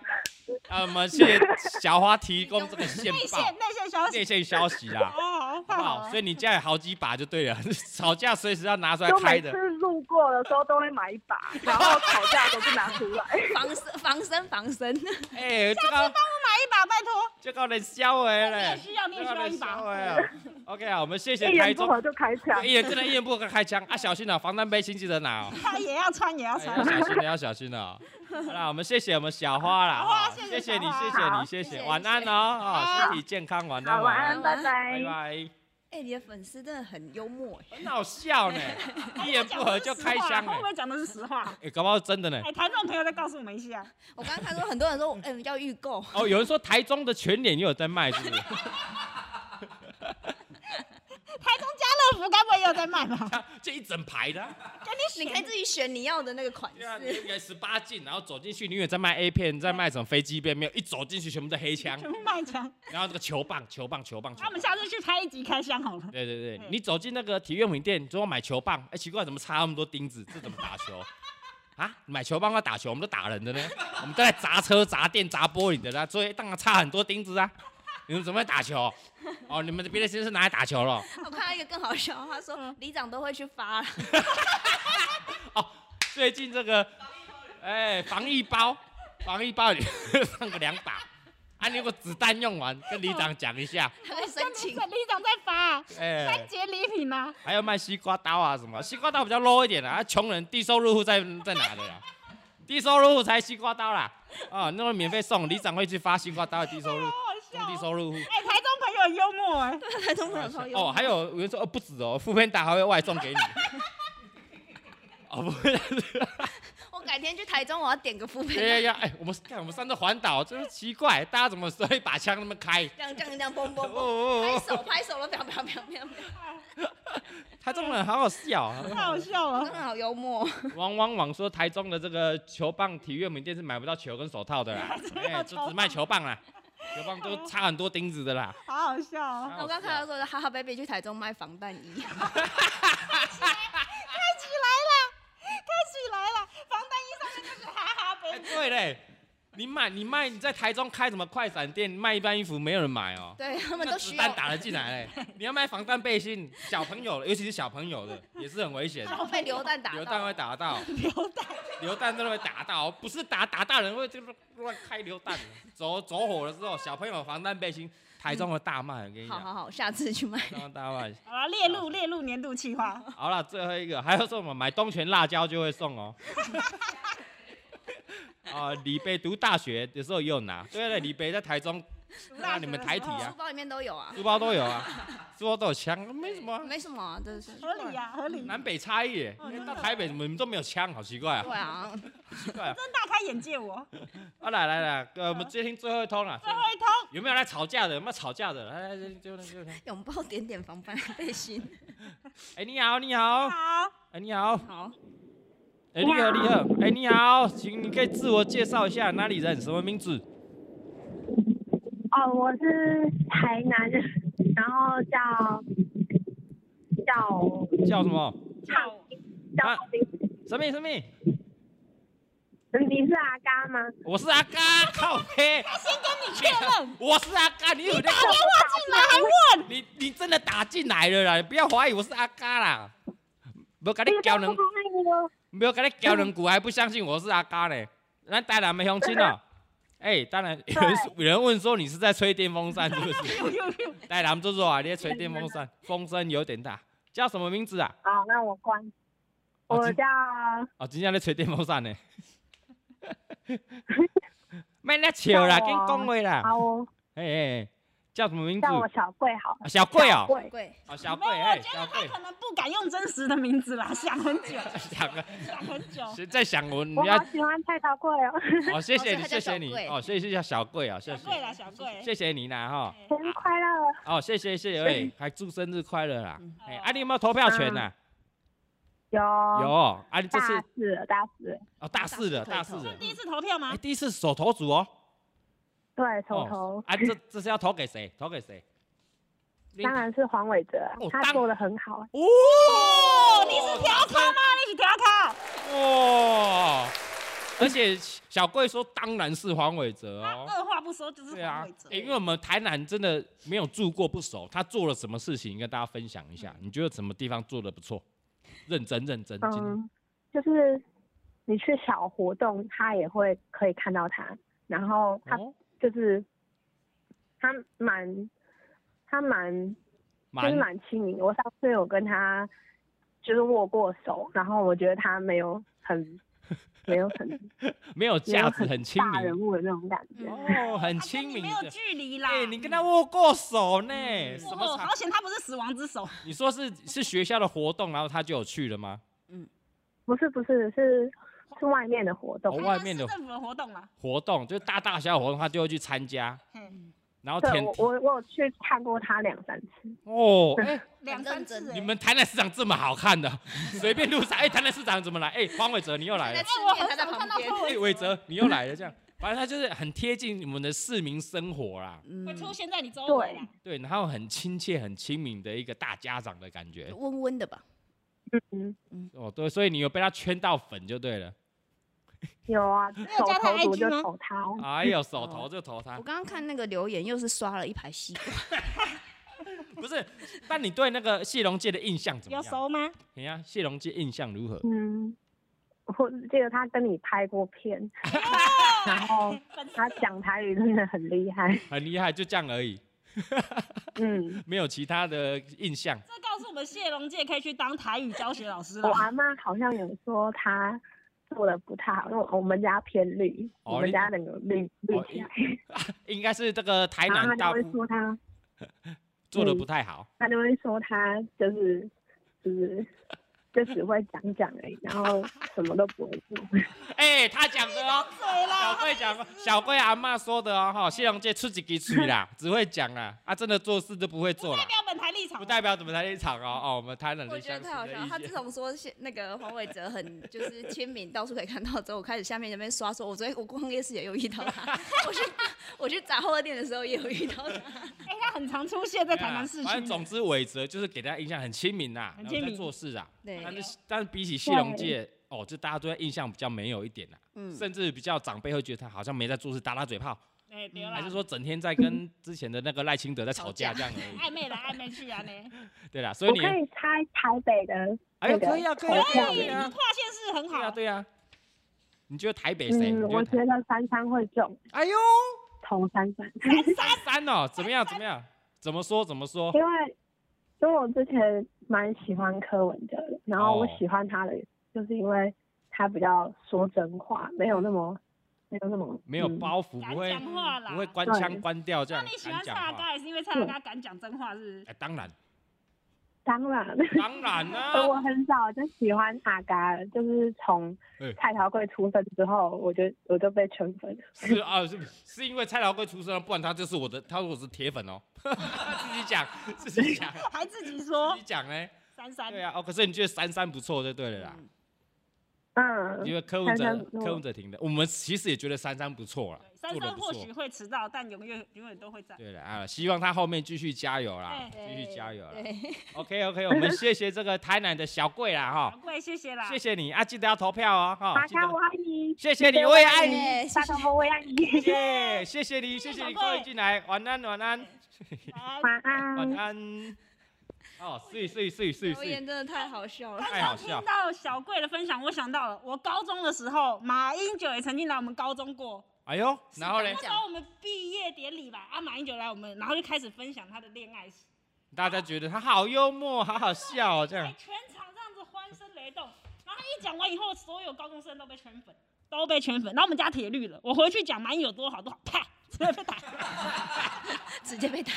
啊，我们谢谢小花提供这个线内报线内线消内息。线消息啦，哦，好太不好好？了所。以你家有好几把就对了， 吵架随时要拿出来就开每的次。路过的时候都会买一把，然后吵架都是拿出 来。防身防身防身， 哎，这个帮我买一把，拜托。这个人笑哎你也嘞，需要，你也需要一把。哎。OK 啊，我们谢谢一台言不中。合就开枪对，一人真的，一人不合开枪啊！小心啊，防弹背心记得拿哦。他也要穿，也要哎要穿。小心的，要小心的哦。好啦，我们谢谢我们小花啦，小花哦谢谢谢谢你，小花谢谢你，好谢谢谢，谢晚安哦，哦，身体健康，晚安，好，晚安，安拜拜拜。拜。哎、你的粉丝真的很幽默哎、很好笑呢，一言不合就开箱呢会不。会讲的是实话？哎，搞不好是真的呢哎、。台中的朋友再告诉我们一下。我刚刚看说很多 人说，嗯、要预购，哦，有人说台中的全脸也有在卖，是不 是？台中家乐福该不会也有在卖吧？这一整排的啊。你可以自己选你要的那个款对啊，式。你应该十八禁，然后走进去，你以为在卖 A 片，在卖什么飞机片，没有，一走进去全部都黑 枪，全部卖枪。然后这个球棒、球棒、球棒、球那 棒我们。下次去拍一集开箱好了。对对对嗯，你走进那个体育用品店，你说买球棒，哎、奇怪，怎么插那么多钉子？这怎么打球？啊，买球棒要打球，我们都打人的呢，我们都在砸车、砸店、砸玻璃的啦，所以当然插很多钉子啊。你们怎么会打球？哦，你们别的先生拿来打球了。 我看到一个更好笑，他说里长都会去 发啦，最近这个，哎、防疫包，防疫包里 放个两把。啊，你如果子弹用完，跟里长讲一下。 他会申请。里长在发、啊、哎、三节礼品啊，还要卖西瓜刀啊什么，西瓜刀比较 low 一点啊，啊穷人低收入户在在哪的啦？低收入户才西瓜刀啦，啊、那会免费送，里长会去发西瓜刀的低收入好好笑低哦、收入户。哎、台中朋友很幽默哎、台中朋友超幽默。哦，还有有人说哦不止哦，副片打还会外送给你。 哦不会，我改天去台中，我要点个副哎呀片，呀，哎，我们看我们上次环岛，真是奇怪，大家怎么 所以把枪那么开？这样这样这样嘣哦嘣嘣，哦拍哦，手拍手了，飘飘飘飘飘，他这种人好好笑啊！太好笑了。真的好幽默。 汪汪网说台中的这个球棒体育门店是买不到球跟手套的 啦，哎、就只卖球棒啦，球棒都插很多钉子的啦。好好笑哦、我啊我刚看到说哈哈 baby 去台中卖防弹衣，哎开起来了，开起来了！防弹衣上面就是哈哈哎、杯，对嘞，你买你卖你在台中开什么快闪店卖一般衣服没有人买哦、 对他们那都子需弹要。打了进来 嘞！你要卖防弹背心，小朋友的，尤其是小朋友的，也是很危险他的，会被流弹打流弹到会，打 到，流弹，流弹真的会打到，不是打打大人会这个乱开流弹 的，走走火了之后，小朋友防弹背心，台中的大卖，我跟你好讲，好好，下次去买。台中的大卖。好了，列入列入年度计划。好了，最后一个还有什么？买东泉辣椒就会送 哦。啊，李北读大学有时候也有拿，对对，李北在台中，那你们台体书啊，包里面都有啊，书包都有 啊，书包都有枪，没什么啊、没什么啊，真的是合理呀、啊，合理，南北差异耶，哦到台北怎么你们都没有枪，好奇怪啊对，啊，奇怪啊！真大开眼界我。啊来来来，呃我们接听最后一通了，最后一通，有没有来吵架的？有没有吵架的？ 来来，就就就，拥抱点点防弹背心。哎你好你好，好，哎你好，好，哎你好你好，哎你好，请你可以自我介绍一下，哪里人，什么名字？哦，我是台南人，然后叫叫叫什么？叫啊我叫林什么什么？你是阿嘎吗？我是阿嘎，靠背，先跟你确认， 我是阿嘎，你有在打电话进来还问，你你真的打进来了啦，你不要怀疑我是阿嘎啦，没有跟你交两，没有跟你交两句还不相信我是阿嘎呢，咱台南没相亲 哦。哎，当然有人有人问说你是在吹电风扇是不是？呦呦， 台南就说啊，你在吹电风扇，风声有点大。叫什么名字啊？好，那我关。哦我今叫哦，今天在吹电风扇呢。 卖那笑啦，跟讲话啦。好，哎哎，哎叫什么名字？叫我小贵好了。啊小贵哦，贵，贵，哦小没贵，有，我哎，觉小得他贵，可能不敢用真实的名字 啦，想很久，小贵，想很久。是在想我，你我要好喜欢蔡桃贵 哦，哦，谢谢哦所以你，他谢叫谢小你贵哦，所以是叫小贵啊，谢小贵啦，谢，小贵。谢谢你啦哈，哎生日快乐。哦，谢谢谢谢，哎，还祝生日快乐啦嗯，哎，啊，你有没有投票权呐？有有哦，啊，你这嗯大次四了，大四，哦大四了，大大四四了是，第一次投票吗哎，？第一次手投组哦，对，头哦头，啊，这这是要投给谁？投给谁？林当然是黄伟哲啊哦，他当做的很好。哦哦，你是调卡吗？你是调卡？哎哦，而且小贵说当然是黄伟哲他哦。二话不说就是对啊黄伟哲，。因为我们台南真的没有住过，不熟。他做了什么事情，跟大家分享一嗯下？你觉得什么地方做的不错？认真认真，今天嗯，就是你去小活动，他也会可以看到他，然后他哦，就是他蛮他蛮就是蛮蛮亲民的。我上次有跟他就是握过手，然后我觉得他没有很 没有很没有没有架子，很亲大人民物的那种感嗯觉。嗯哦，很他亲跟你民没有的。距离啦。哎，你跟他握过手呢？什么哦，场好？险他不是死亡之手，你说是是学校的活动，然后他就有去了吗？不是不是是是外面的活哦动，外面的台南市政府的活动啦。啊活动就是大大小小活动，他就会去参加。嗯然后对天我我我有去看过他两三次。 哦，哎、两三次很认哎、真你们台南市长这么好看的， 随便路上哎，台南市长怎么来？哎，黄伟哲你又来了在，哎吃我面，很他在少看旁到边，柯哎，伟哲你又来了，这样，反正他就是很贴近你们的市民生活啦，会嗯，出现在你周围啊啦。对，然后很亲切、很亲民的一个大家长的感觉温温的吧？嗯，哦，对，所以你有被他圈到粉就对了。有 啊，有手加他头足 IG 就吗投他哦。哎呦，手头就投他我，刚刚看那个留言，又是刷了一排西瓜， 不是？但你对那个谢龙介的印象怎么有样？熟吗？你看谢龙介印象如何？嗯， 我记得他跟你拍过 片，然后他讲台语真的很 厉害。很厉害，就这样而已，嗯，没有其他的印象。这告诉我们谢龙介可以去当台语教学老师我了。啊阿妈好像有说他做的不太好，因为我们家偏绿，哦我们你家整个绿绿哦起来，应该是这个台然南后啊他大就会部说他，做的不太好。他就会说他就是就是就只会讲讲而已，然后什么都不会做。哎、他讲的哦，小对啦，贵讲哦，小贵阿嬷说的哦，哈，谢龙介出几支嘴啦，只会讲啦，啊，真的做事都不会做啦代，表本台立场。不代表怎么台立场哦，哦，我们台南我的觉相得太好亲笑的了。意他自见。从说现那个黄伟哲很就是亲民，到处可以看到之后，我开始下面那边刷说，我昨天我逛夜市也有遇到他， 我去我去杂货店的时候也有遇到他，哎、他很常出现在台南市啊反正区。总之，伟哲就是给大家印象很亲民呐，很然亲后在民做事啊。对但是但是比起谢龙介，哦，就大家对他印象比较没有一点啦，嗯，甚至比较长辈会觉得他好像没在做事，打打嘴炮，哎、对啦嗯还是说整天在跟之前的那个赖清德在吵架吵架这样而已。暧昧来暧昧去啊呢？ 对啦，所以我你可以猜台北的哎呦，那个可以啊，可以可啊，以，可以你啊跨，县市很对啊，好。对啊。你觉得台北谁？嗯，你我觉得觉得三三会中台？哎呦，投三三，三三哦，怎么样？怎么样？怎么说？怎么说？因为因为我之前蛮喜欢柯文哲的，然后我哦喜欢他的，就是因为他比较说真话，没有那么没有那么没有嗯包袱，敢不会讲话啦。啊不会关对枪关掉这那样你喜敢欢蔡讲阿话。嘎也是因为蔡阿嘎敢讲真话，是不 是？哎，当然，当然，。当然啊啦 我很早就喜欢阿嘎了，就是从哎蔡桃贵出生之后，我就我就被圈粉了。是啊，是是因为蔡老贵出生了，不然他就是我的，他说我是铁粉哦。 自己讲，自己 讲，自还自己说己讲呢。三三对啊，哦，可是你觉得三三不错就对了啦，因嗯，为柯文哲三三不错柯文哲挺的，我们其实也觉得三三不错啦，三做的三不或错许。会迟到，但永远永远都会在。对了啊，希望他后面继续加油啦哎，继续加油啦。啊对， OK OK，我们谢谢这个台南的小贵啦小哈，贵，谢谢啦。啊谢谢你啊，记得要投票哦哈，阿记得嘎我爱你，谢谢你，我也爱你，耶谢大谢头佛我 也爱你，耶，谢谢你，谢谢你，小贵各位进来，晚安晚安来。晚晚安。安，哦，睡睡睡睡留言睡，真的太好笑 了。太好笑听，到小贵的分享，我想到了，我高中的时候，马英九也曾经来我们高中过。哎呦，然后嘞那，时候我们毕业典礼吧，啊，马英九来我们，然后就开始分享他的恋爱史，大家觉得他好幽默，好好笑哦，这哎样，全场这样子欢声雷动。然后他一讲完以后，所有高中生都被圈粉，都被圈粉。然后我们家铁绿了，我回去讲马英九多好多好，啪，直接被打。直接被打。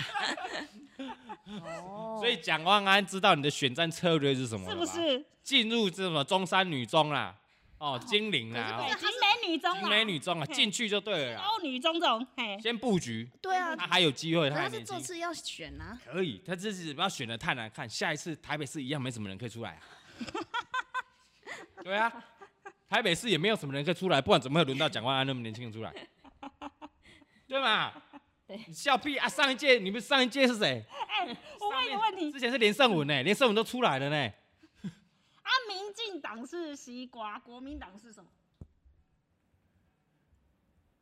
哦所以蒋万安知道你的选战策略是什么 是了不吧？是？进入这什么中山女中啦，哦，金陵啦，对，哦景美女中景啦，美女中啊，嘿哦进去就对了啦。欧女中这种，嘿，先布局， 对 啊，他还有机会，可他还是他年是这轻。次要选啊，可以，他这次不要选的太难看，下一次台北市一样没什么人可以出 来、啊。对啊，台北市也没有什么人可以出来，不然怎么会轮到蒋万安那么年轻人出来？对嘛？对你笑屁啊！上一届你们上一届是谁？哎、我问一个上面问题，之前是连胜文呢、连胜文都出来了呢、啊，民进党是西瓜，国民党是什么？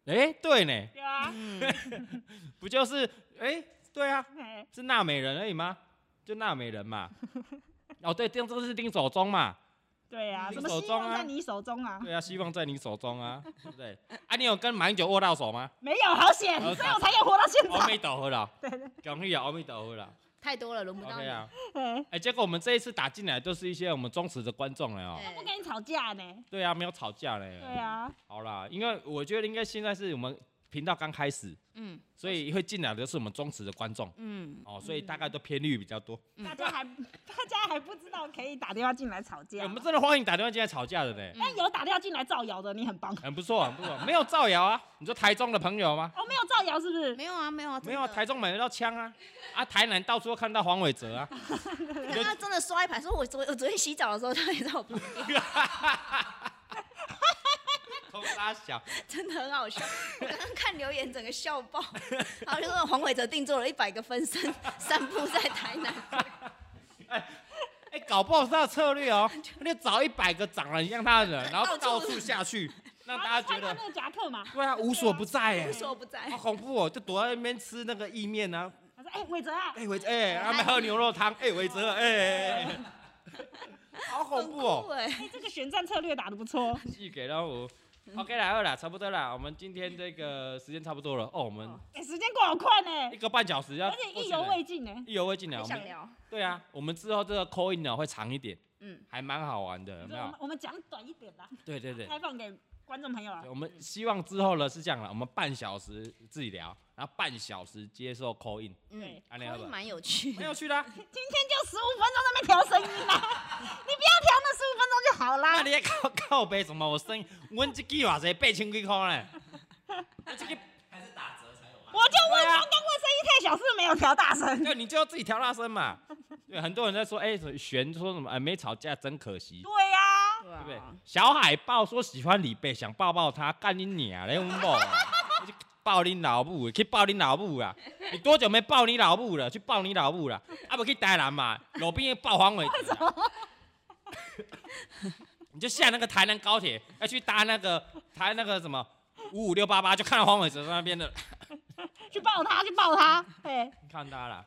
哎、对呢，对啊，不就是哎、对啊，嘿，是纳美人而已吗？就纳美人嘛。哦，对，这这是丁守中嘛。对啊，你什么手希中望啊在你手中啊？ 对啊，希望在你手中啊，对不对？啊，你有跟马英九握到手 吗？没有，好险，好所以我才有活到现阿在。弥陀佛了，恭喜啊，阿弥陀佛了太多了，轮不到，OK 你。啊。嘿哎，结果我们这一次打进来都是一些我们忠实的观众了哦。哎不跟你吵架呢。对啊，没有吵架嘞。对。啊，好啦，因为我觉得应该现在是我们频道刚开始，嗯所以会进来的都是我们忠实的观众嗯，哦，所以大概都偏绿比较多。嗯大家还 大家还不知道可以打电话进来吵架哎我吗们，真的欢迎打电话进来吵架的呢，但有打电话进来造谣的，你很棒。很不错，很不错。没有造谣啊？你说台中的朋友吗？哦，没有造谣是不是？没有啊，没有啊，没有啊，真的台中买得到枪啊，啊，台南到处都看到黄伟哲 啊。但他真的刷一排，说我昨我昨天洗澡的时候，他也在我旁边，空拉小，真的很好笑。我刚刚看留言，整个笑爆。然后就说黄伟哲定做了一百个分身，散步在台南。哎、搞不好是他的策略哦，那找一百个长得像他的人，然后到处下去，让大家觉然后就穿得他，那个夹克嘛，对啊，无所不在哎无，所不在好，恐怖哦，就躲在那边吃那个意面啊，他说：“哎、伟哲啊，哎伟，哎、他们喝牛肉汤，哎伟哲，哎、哎哎哎好恐怖很哦，哎、哎、这个选战策略打得不错。哦寄给到我。OK 啦，二啦，差不多啦，我们今天这个时间差不多了哦，我们哎、时间过好快呢、一个欸半小时要而过去了，且意犹未尽呢、意犹未尽了，很我想们聊。对啊，我们之后这个 call in 呢会长一点，嗯，还蛮好玩的，有我没们有？我们讲短一点啦，对对对，开放给观众朋友啊对。我们希望之后呢是这样了，我们半小时自己聊，然后半小时接受 call in，嗯，安利好不好蛮有趣蛮有趣的啊、今天就十五分钟在那边调声音啦，你不要调那十五分钟就好啦那。你也靠靠背什么？我声音，我这句话是八千几块呢。还是打折才有啊？我就问刚刚问声音太小，是不是没有调大 声？对，你啊就要自己调大声嘛。对，很多人在说，哎、什么璇说什么，哎、没吵架真可惜，对呀、对对不对啊？？小海豹说喜欢李贝，想抱抱他，干你娘嘞，我 某啊！我去抱你老母，去抱你老母啊！你多久没抱你老母了？去抱你老母了？啊不，去台南嘛，路边抱黄 伟哲啊、你就下那个台南高铁，要去搭那个台那个什么五五六八八，就看到黄伟哲在那边的，去抱他，去抱他，哎，你看他啦。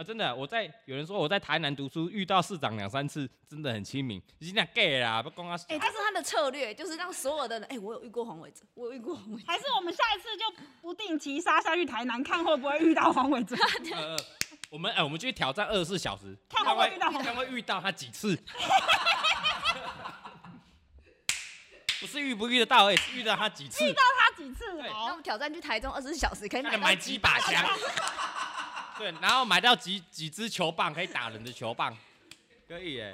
啊，真的，我在有人说我在台南读书，遇到市长两三次，真的很亲民。你讲 gay 啦，不光他小。哎、这是他的策略，就是让所有的人，哎、我有遇过黄伟哲，我有遇过黄伟哲，还是我们下一次就不定期杀下去台南，看会不会遇到黄伟哲， 呃，我们哎、我们去挑战二十四小时，看会不会遇到看会遇到他几次。不是遇不遇得到而已，是遇到他几次，遇到他几次？哦对那我好，们挑战去台中二十四小时，可以看买能到买几几把枪。对，然后买到几几支球棒，可以打人的球棒，可以哎、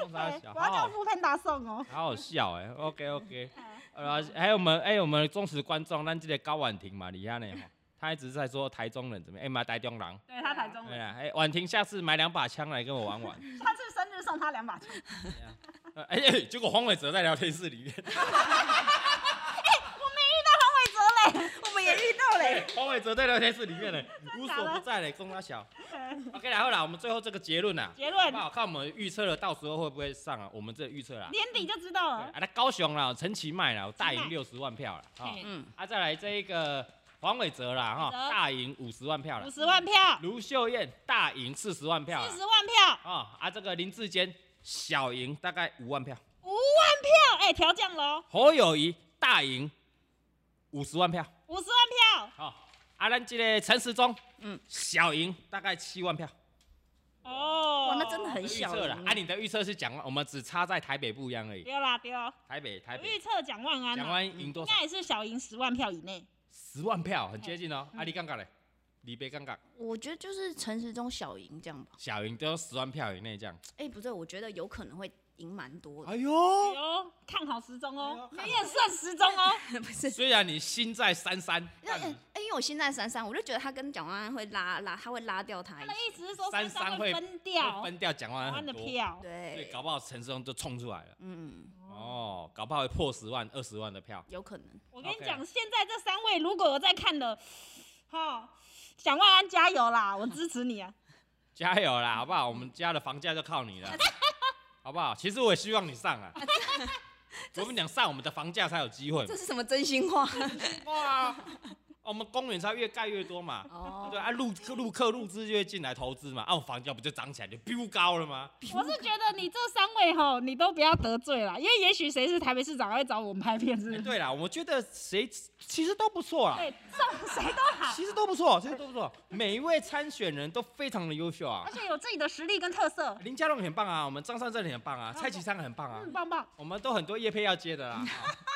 弄啥哎小我要好叫好富潘达送哦。好好笑哎、o k OK，呃，还有我们哎、我们忠实观众，咱这个高婉婷嘛，你看呢吼，他一直在说台中人怎么样，哎、嘛台中人，对他台中对人，啦，哎、婉婷下次买两把枪来跟我玩玩。下次生日送他两 把枪。呃哎、哎结果黄伟哲在聊天室里面，我没遇到黄伟哲嘞， 我们也遇到嘞。黄伟哲在聊天室里面 呢，无假的所不在嘞，供他小。OK，然后啦，我们最后这个结论啦， 结好论不好看我们预测了，到时候会不会上啊？我们这预测啦，年底就知道对了啊，。那高雄啦，陈其迈啦，我大赢陈其六十万票啦，啊嘿嗯，啊，再来这一个黄伟哲啦，哈，伟哲大赢五十万票啦五，十万票，卢秀燕大赢四十万票啦四，十万票，啊啊，这个林志坚小赢大概五万票，五万票，哎，调降喽，侯友谊大赢五十万票。五十万好、啊，咱这个陈时中，嗯嗯，小赢大概七万票，票。哦，哇，那真的很预小测了。耶啊，你的预测是讲，我们只差在台北不一样而已。丢啦丢。台北，台我预北，测蒋万安、啊，蒋万安赢多应少？该也是小赢十万票以内。十万票，很接近哦。啊，你感觉嘞？你别感觉，我觉得就是陈时中小赢这样吧。小赢都十万票以内这样。哎、不对，我觉得有可能会赢蛮多的。哎呦，哟，哦看好时钟哦，哎呦看好你也算时钟哦。哎 不是，虽然你心在三三，因为、但哎因为我现在三三，我就觉得他跟蒋万安会拉拉，他会拉掉他他一的些。意思是说，三三三会会分掉会分掉蒋万台安湾很的多，票。所以对，搞不好陈世忠就冲出来了。嗯，哦，搞不好会破十万、二十万的票。有可能。我跟你 OK 讲，现在这三位如果有在看的，哈，蒋万安加油啦，我支持你啊！加油啦，好不好？我们家的房价就靠你了，好不好？其实我也希望你上啊。我们讲上我们的房价才有机会嘛这。是什么真心话？ 哇，我们公园才越盖越多嘛。 哦对，啊，入入客入资就会进来投资嘛，啊，我房价不就涨起来就飙高了吗？我是觉得你这三位哈，你都不要得罪啦，因为也许谁是台北市长还会找我们拍片，是不 哎是？对啦，我觉得谁其实都不错啦，对，这谁都好，其实都不错，其实都不错，每一位参选人都非常的优秀啊而。且有自己的实力跟特色，林佳龙也很棒啊，我们张善政也很棒啊，蔡其昌也很棒啊，嗯，棒棒。我们都很多业配要接的啦。啊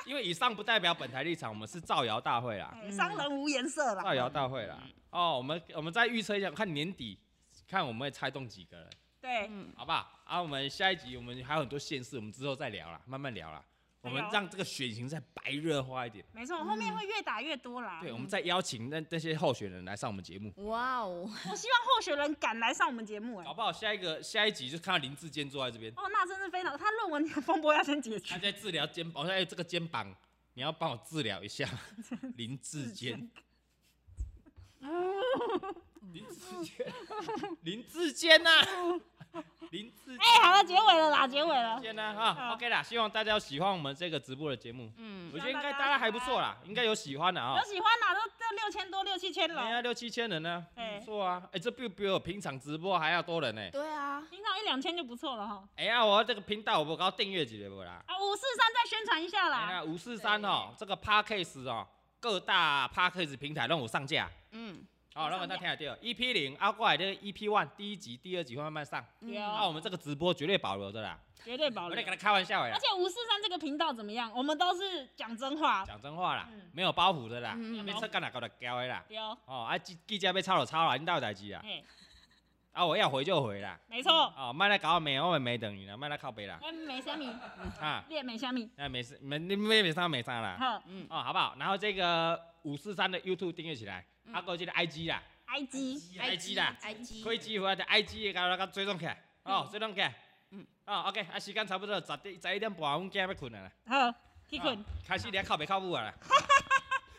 因为以上不代表本台立场，我们是造谣大会啦。哎商人无颜色啦造，谣大会啦。哦，我们我们再预测一下，看年底，看我们会猜中几个人，对，嗯，好不好？啊，我们下一集我们还有很多县市，我们之后再聊啦，慢慢聊啦。我们好让这个选情再白热化一点。没错，后面会越打越多啦。对，我们再邀请那那些候选人来上我们节目，哇哦，我希望候选人敢来上我们节目，哎搞，不好下一个下一集就看到林志坚坐在这边，哦，那真是非常，他论文风波要先解他 在决，治疗肩膀，我说哎，这个肩膀你要帮我治疗一 下，林志坚。林志坚， 林志坚呐、林志坚。哎，好了，结尾了啦，结尾了，见啦哈好，OK 啦，希望大家有喜欢我们这个直播的节目，嗯，我觉得应该大家还不错啦，应该有喜欢的啊有，喜欢哪都这六千多六七千人了，家六七千人呢，哎不错啊，哎，这比比我平常直播还要多人呢。对啊，平常一两千就不错了哈。哎呀，我这个频道我搞订阅几个不啦？啊，五四三再宣传一下哎啦，呀，五四三哦，这个 Parkes 哦，各大 Parkes 平台让我上架，嗯，好，让我大家听得到 EP 零，啊，过来这个 EP one 第一集、第二集会慢慢上，有啊，我们这个直播绝对保留的啦，绝对哦保我留在。跟他开玩笑哎而，且五四三这个频道怎么样？我们都是讲真话，讲真话啦嗯，没有包袱的啦，嗯没出干哪搞的胶的啦。对哦，哦，啊，记记者要抄就抄啦，恁兜有代志啊，哎，啊，我要回就回啦，没错，哦，卖来搞我没，我们没等你啦，卖来靠背啦，哎，没虾米，啊，练没虾米，那没事，没你没没啥没啥啦，好哦，好不好？然后这个五四三的 YouTube 订阅起来，嗯啊，还有这个 IG 啦，IG， ，IG 啦， ，IG，啊可以激活的 IG 也搞那个追踪起来，哦，追踪起来，嗯，哦，OK，啊，时间差不多了，十点十一点半，阮们今要困了啦，好，去啊困，，开始你要靠背靠母啊啦，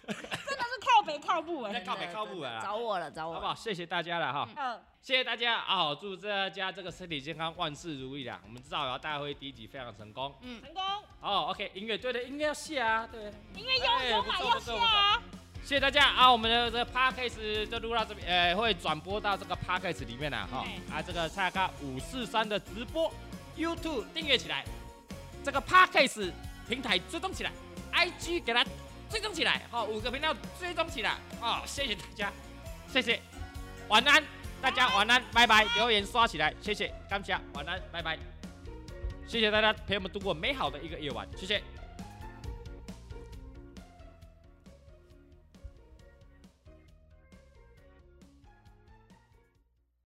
真的是靠北靠步你要哎，靠背靠母啊啦，找我了，找我好了，不好？谢谢大家了哈。好，谢谢大家啊！好祝大家这个身体健康，万事如意啦！我们造谣大会第一集非常成功。成功，哦、o k 音乐对的，音乐要下啊，对。因为要有买哎不错要不错下啊，谢谢大家啊！我们的这个 podcast 就录到这边，呃，会转播到这个 podcast 里面啦，哈、啊，这个蔡咖五四三的直播，YouTube 订阅起来，这个 podcast 平台追踪起来，IG 给它追踪起来，好、五个频道追踪起来，哦，谢谢大家，谢谢，晚安，大家晚安，拜拜，留言刷起来，谢谢，感谢，晚安，拜拜，谢谢大家陪我们度过美好的一个夜晚，谢谢，